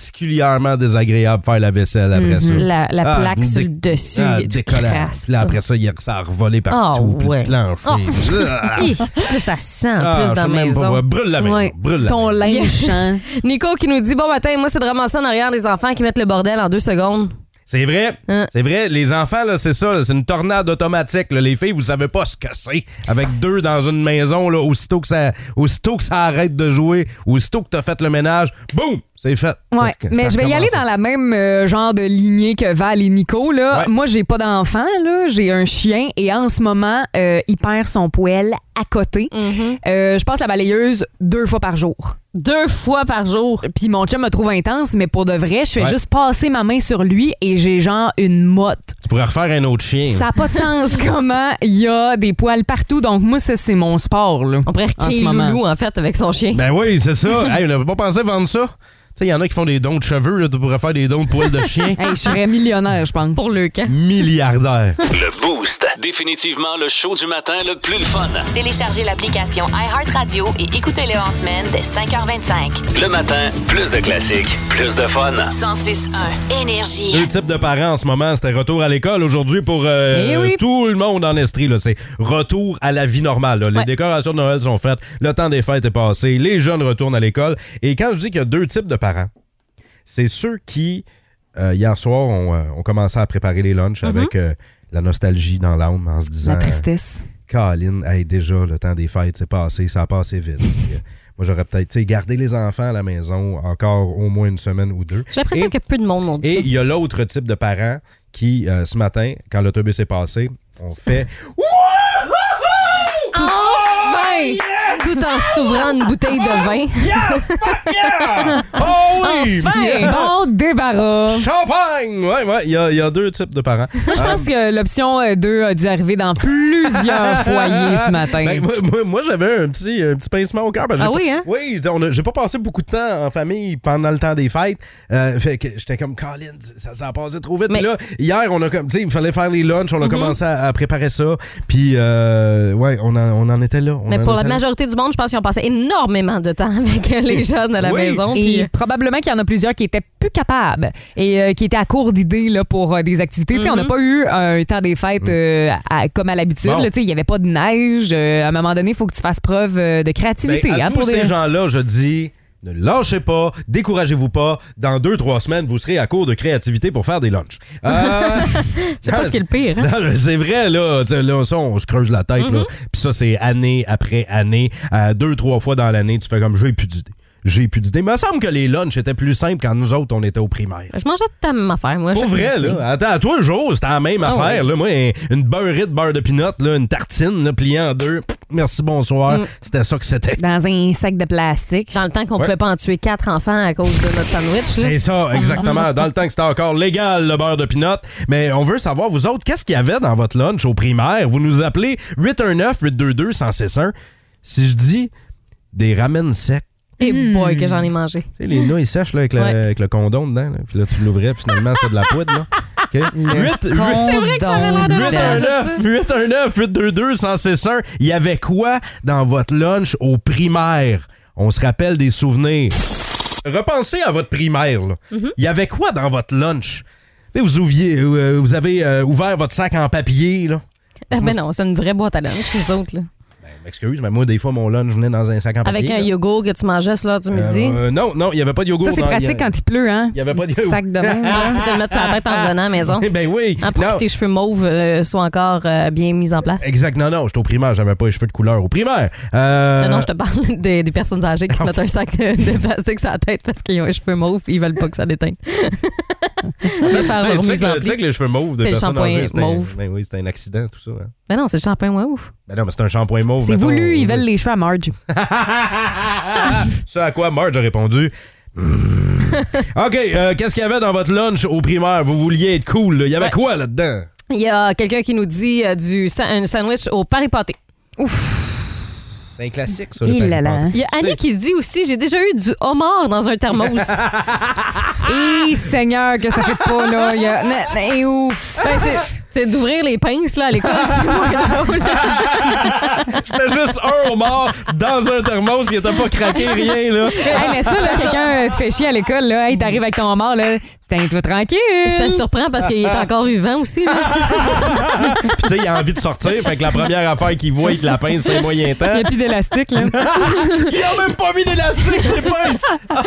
E: particulièrement désagréable faire la vaisselle après ça.
G: Mhm. La, la
E: Ah,
G: plaque
E: dé-
G: sur le dessus.
E: Ah,
G: il est tout
E: décollant.
G: crasse.
E: Là, après ça, il y a- ça a revolé
G: Ah,
E: partout. puis
G: ouais.
E: le plancher. Ah,
G: Hi, plus ça sent,
E: je
G: plus
E: sais
G: dans la
E: même pas,
G: maison.
E: ouais, brûle la maison.
F: Ouais.
E: Brûle la
F: Ton
E: maison.
F: linge, hein?
G: Nico qui nous dit Bon matin, moi, c'est de ramasser en arrière les enfants qui mettent le bordel en deux secondes.
E: C'est vrai.
G: Hein.
E: C'est vrai. Les enfants, là, c'est ça. là, C'est une tornade automatique. là. Les filles, vous savez pas ce que c'est. Avec deux dans une maison, là, aussitôt, que ça, aussitôt que ça arrête de jouer, aussitôt que t'as fait le ménage, boum, c'est fait.
F: Ouais,
E: C'est-
F: mais
E: c'est
F: je vais y aller
E: recommencé.
F: dans la même euh, genre de lignée que Val et Nico. Là.
E: Ouais.
F: Moi, j'ai pas d'enfant, là. j'ai un chien et en ce moment, euh, il perd son poêle à côté. Euh, je passe la balayeuse deux fois par jour.
G: Mm-hmm. Deux fois par jour.
F: Puis mon chum me trouve intense, mais pour de vrai, je fais
E: Ouais.
F: juste passer ma main sur lui et j'ai genre une motte.
E: Tu pourrais refaire un autre chien.
F: Ça n'a pas de sens comment il y a des poils partout. Donc moi, ça, c'est mon sport. Là,
G: On pourrait recréer
F: en ce moment.
G: Loulou, en fait, avec son chien.
E: Ben oui, c'est ça. hey, on n'avait pas pensé vendre ça. Tu sais, il y en a qui font des dons de cheveux. Là, tu pourrais faire des dons de poils de chien.
F: Hey, je serais millionnaire, je pense.
G: Pour le camp.
E: Milliardaire.
B: Le Boost. Définitivement le show du matin le plus le fun.
A: Téléchargez l'application iHeartRadio et écoutez-le en semaine dès 5h25.
B: Le matin, plus de classiques, plus de fun.
A: 106.1 Énergie.
E: Deux types de parents en ce moment. C'était retour à l'école aujourd'hui pour euh,
F: Eh oui.
E: tout le monde en Estrie. là. C'est retour à la vie normale. là. Les
G: Ouais.
E: décorations de Noël sont faites. Le temps des fêtes est passé. Les jeunes retournent à l'école. Et quand je dis qu'il y a deux types de parents, c'est ceux qui, euh, hier soir, ont, euh, ont commencé à préparer les lunchs avec euh, la nostalgie dans l'âme en se disant...
F: Mm-hmm. La tristesse.
E: Caroline, hey, déjà, le temps des fêtes, c'est passé, ça a passé vite. Puis, euh, moi, j'aurais peut-être, tu sais, gardé les enfants à la maison encore au moins une semaine ou deux.
G: J'ai l'impression
E: Et-
G: que peu de monde m'ont dit
E: Et
G: ça.
E: il y a l'autre type de parents qui, euh, ce matin, quand l'autobus est passé, on fait
G: Enfin! Tout en s'ouvrant une bouteille de vin.
E: Oh oui!
F: Enfin, bon débarras.
E: Champagne! Ouais, ouais, il y, a- il y a deux types de parents. Euh,
F: Moi, je pense que l'option 2 a euh, dû arriver dans plus plusieurs foyers ce matin.
E: Ben, moi, moi- moi, j'avais un petit, un petit pincement au cœur. parce que
F: Ah
E: j'ai
F: oui,
E: pas-
F: hein?
E: Oui, on a- j'ai pas passé beaucoup de temps en famille pendant le temps des fêtes. Euh, fait que j'étais comme, Colin, ça, ça a passé trop vite.
F: Mais- Mhm.
E: Mais là, hier, on a comme, tu sais, il fallait faire les lunchs, on a commencé à, à préparer ça. Puis, euh, ouais, on, en- on en était là. Oh, on
G: Mais
E: en
G: pour la
E: était là.
G: majorité du monde, je pense qu'ils ont passé énormément de temps avec les jeunes à la
E: Oui.
G: maison.
F: Et
G: puis- euh,
F: probablement qu'il y en a plusieurs qui étaient plus capables et euh, qui étaient à court d'idées là, pour euh, des activités. Tu sais, On n'a pas eu euh, un temps des fêtes euh, à- comme à l'habitude.
E: Mm-hmm. Bon.
F: là. Tu sais, Il n'y avait pas de neige. Euh, à un moment donné, il faut que tu fasses preuve euh, de créativité.
E: Ben, à
F: hein,
E: tous
F: pour
E: ces
F: des-
E: gens-là, je dis, ne lâchez pas, découragez-vous pas. Dans deux, trois semaines, vous serez à court de créativité pour faire des lunchs. Euh,
G: Je sais pas
E: non,
G: ce qui est le pire. hein.
E: Non, je- c'est vrai, là. Tu sais, là, ça, on se creuse la tête, là.
G: Mm-hmm.
E: Puis ça, c'est année après année. À deux, trois fois dans l'année, tu fais comme j'ai plus d'idées. J'ai plus d'idées. Mais il me semble que les lunchs étaient plus simples quand nous autres, on était au primaire.
G: Je mangeais de ta même affaire, moi.
E: Pour
G: Ah, je-
E: vrai, là. Attends, à toi, un jour, c'était la même
G: Ah
E: affaire.
G: ouais.
E: Là, moi, une beurrée de beurre de pinot, là, une tartine, là, pliée en deux. Pff, Merci,
G: Mm.
E: bonsoir. C'était ça que c'était.
F: Dans un sac de plastique.
G: Dans le temps qu'on
E: Ouais.
G: pouvait pas en tuer quatre enfants à cause de notre sandwich. là.
E: C'est ça, exactement. Dans le temps que c'était encore légal, le beurre de pinot. Mais on veut savoir, vous autres, qu'est-ce qu'il y avait dans votre lunch au primaire? Vous nous appelez 819-822-1061. Si je dis des ramen secs,
G: Et
E: Hmm.
G: boy, que j'en ai mangé.
E: tu sais, les noix, ils sèchent là, avec, le-
G: Ouais.
E: avec le condom dedans. là. Puis là, tu l'ouvrais, puis finalement, c'était de la poudre. Là. OK? Huit- huit-
F: C'est vrai que ça avait l'air de
E: 819 819 822 1061 Il y avait quoi dans votre lunch au primaire? On se rappelle des souvenirs. Repensez à votre primaire. là. Il
F: Mm-hmm.
E: y avait quoi dans votre lunch? Tu sais, Vous, ouviez- euh, vous avez euh, ouvert votre sac en papier. Là.
G: Ah, ben non, c'est une vraie boîte à lunch, nous autres. Là.
E: Excuse, mais moi, des fois, mon lunch venait dans un sac en
G: Avec
E: papier.
G: un
E: là.
G: yogourt que tu mangeais sur l'heure du
E: Euh,
G: midi.
E: euh, non, non, il n'y avait pas de yogourt.
F: Ça, c'est
E: dans- il y a-
F: pratique quand il pleut, hein?
E: Il y avait pas de-
F: Un petit sac de bain.
G: Ah, tu peux te le mettre sur la tête en revenant à la maison.
E: ben oui.
G: Hein, pour
E: Non.
G: que tes cheveux mauves euh, soient encore euh, bien mis en place.
E: Exact. Non, non, j'étais au primaire, j'avais pas les cheveux de couleur au primaire. Euh,
G: Non, non, je te parle des, des personnes âgées qui se mettent un sac de, de plastique sur la tête parce qu'ils ont les cheveux mauves et ils veulent pas que ça déteigne. On
E: Tu
G: va faire
E: sais-
G: leur
E: tu sais
G: mise
E: que-
G: en
E: Tu sais
G: pli.
E: que les cheveux mauves de
G: C'est le
E: personnes
G: shampoing
E: âgées, c'était un-
G: mauve.
E: Ben oui, c'était un accident, tout ça. hein.
G: Ben non, c'est le shampoing, ouais, ouf.
E: Ben non, mais c'est un shampoing mauve.
F: C'est
E: mettons.
F: voulu, ils veulent les cheveux à Marge.
E: Ce à quoi Marge a répondu. Hmm. OK, euh, qu'est-ce qu'il y avait dans votre lunch au primaire? Vous vouliez être cool. là. Il y avait
G: Ouais.
E: quoi là-dedans?
G: Il y a quelqu'un qui nous dit euh, du sa- un sandwich au pari pâté.
E: C'est un classique, ça.
F: Il Eh là là.
G: Il y a Annie qui dit aussi j'ai déjà eu du homard dans un thermos.
E: Ah!
F: Et Eh, Seigneur, que ça fait pas, là. Il y a- Mais- mais où?
G: Ben, c'est- c'est d'ouvrir les pinces là à l'école, c'est moins drôle.
E: C'était juste un homard dans un thermos. Il était pas craqué, rien, là.
F: Hey, mais ça, là, c'est quand euh, tu fais chier à l'école, là, hey, t'arrives avec ton mort, là, t'es tranquille.
G: Ça surprend parce qu'il est encore vivant aussi. là.
E: Puis, tu sais, il a envie de sortir. Fait que la première affaire qu'il voit, il te la pince, c'est moyen
F: Il
E: temps.
F: n'y a plus d'élastique, là.
E: Il a même pas mis d'élastique, c'est pince!
F: Ah,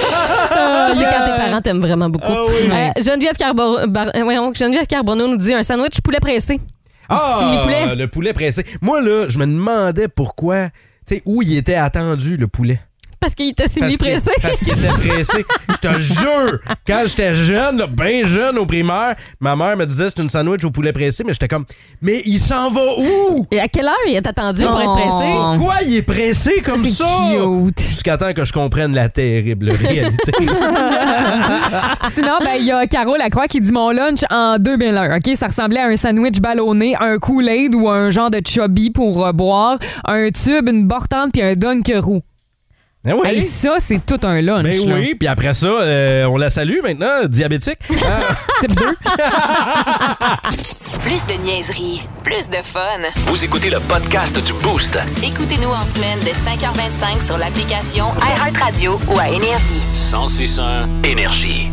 G: C'est quand tes parents t'aiment vraiment beaucoup.
E: Ah oui.
G: Euh, Geneviève, Carbo- Bar- euh, voyons, Geneviève Carbonneau nous dit un sandwich poulet pressé.
E: Ah,
G: Simili poulet.
E: le poulet pressé. Moi, là, je me demandais pourquoi, tu sais, où il était attendu, le poulet.
G: Parce qu'il était si
E: Parce qu'il-
G: pressé.
E: Parce qu'il était pressé. Je te jure, quand j'étais jeune, là, ben jeune au primaire, ma mère me disait c'est une sandwich au poulet pressé, mais j'étais comme, mais il s'en va où?
G: Et à quelle heure il est attendu pour être
F: Oh.
G: pressé?
E: Pourquoi il est pressé comme
F: C'est
E: ça?
F: cute.
E: Jusqu'à temps que je comprenne la terrible réalité.
F: Sinon, ben, il y a Caro Lacroix qui dit mon lunch en 2001. OK, ça ressemblait à un sandwich ballonné, un Kool-Aid ou un genre de chubby pour euh, boire, un tube, une bortante puis un Dunkeroo.
E: Eh oui.
F: Hey, ça, c'est tout un lunch.
E: Ben
F: là.
E: oui, puis après ça, euh, on la salue maintenant, diabétique. Ah.
F: Type 2.
A: Plus de niaiserie, plus de fun.
B: Vous écoutez le podcast du Boost.
A: Écoutez-nous en semaine de 5h25 sur l'application iHeartRadio ou à Énergie.
B: 1061 Énergie.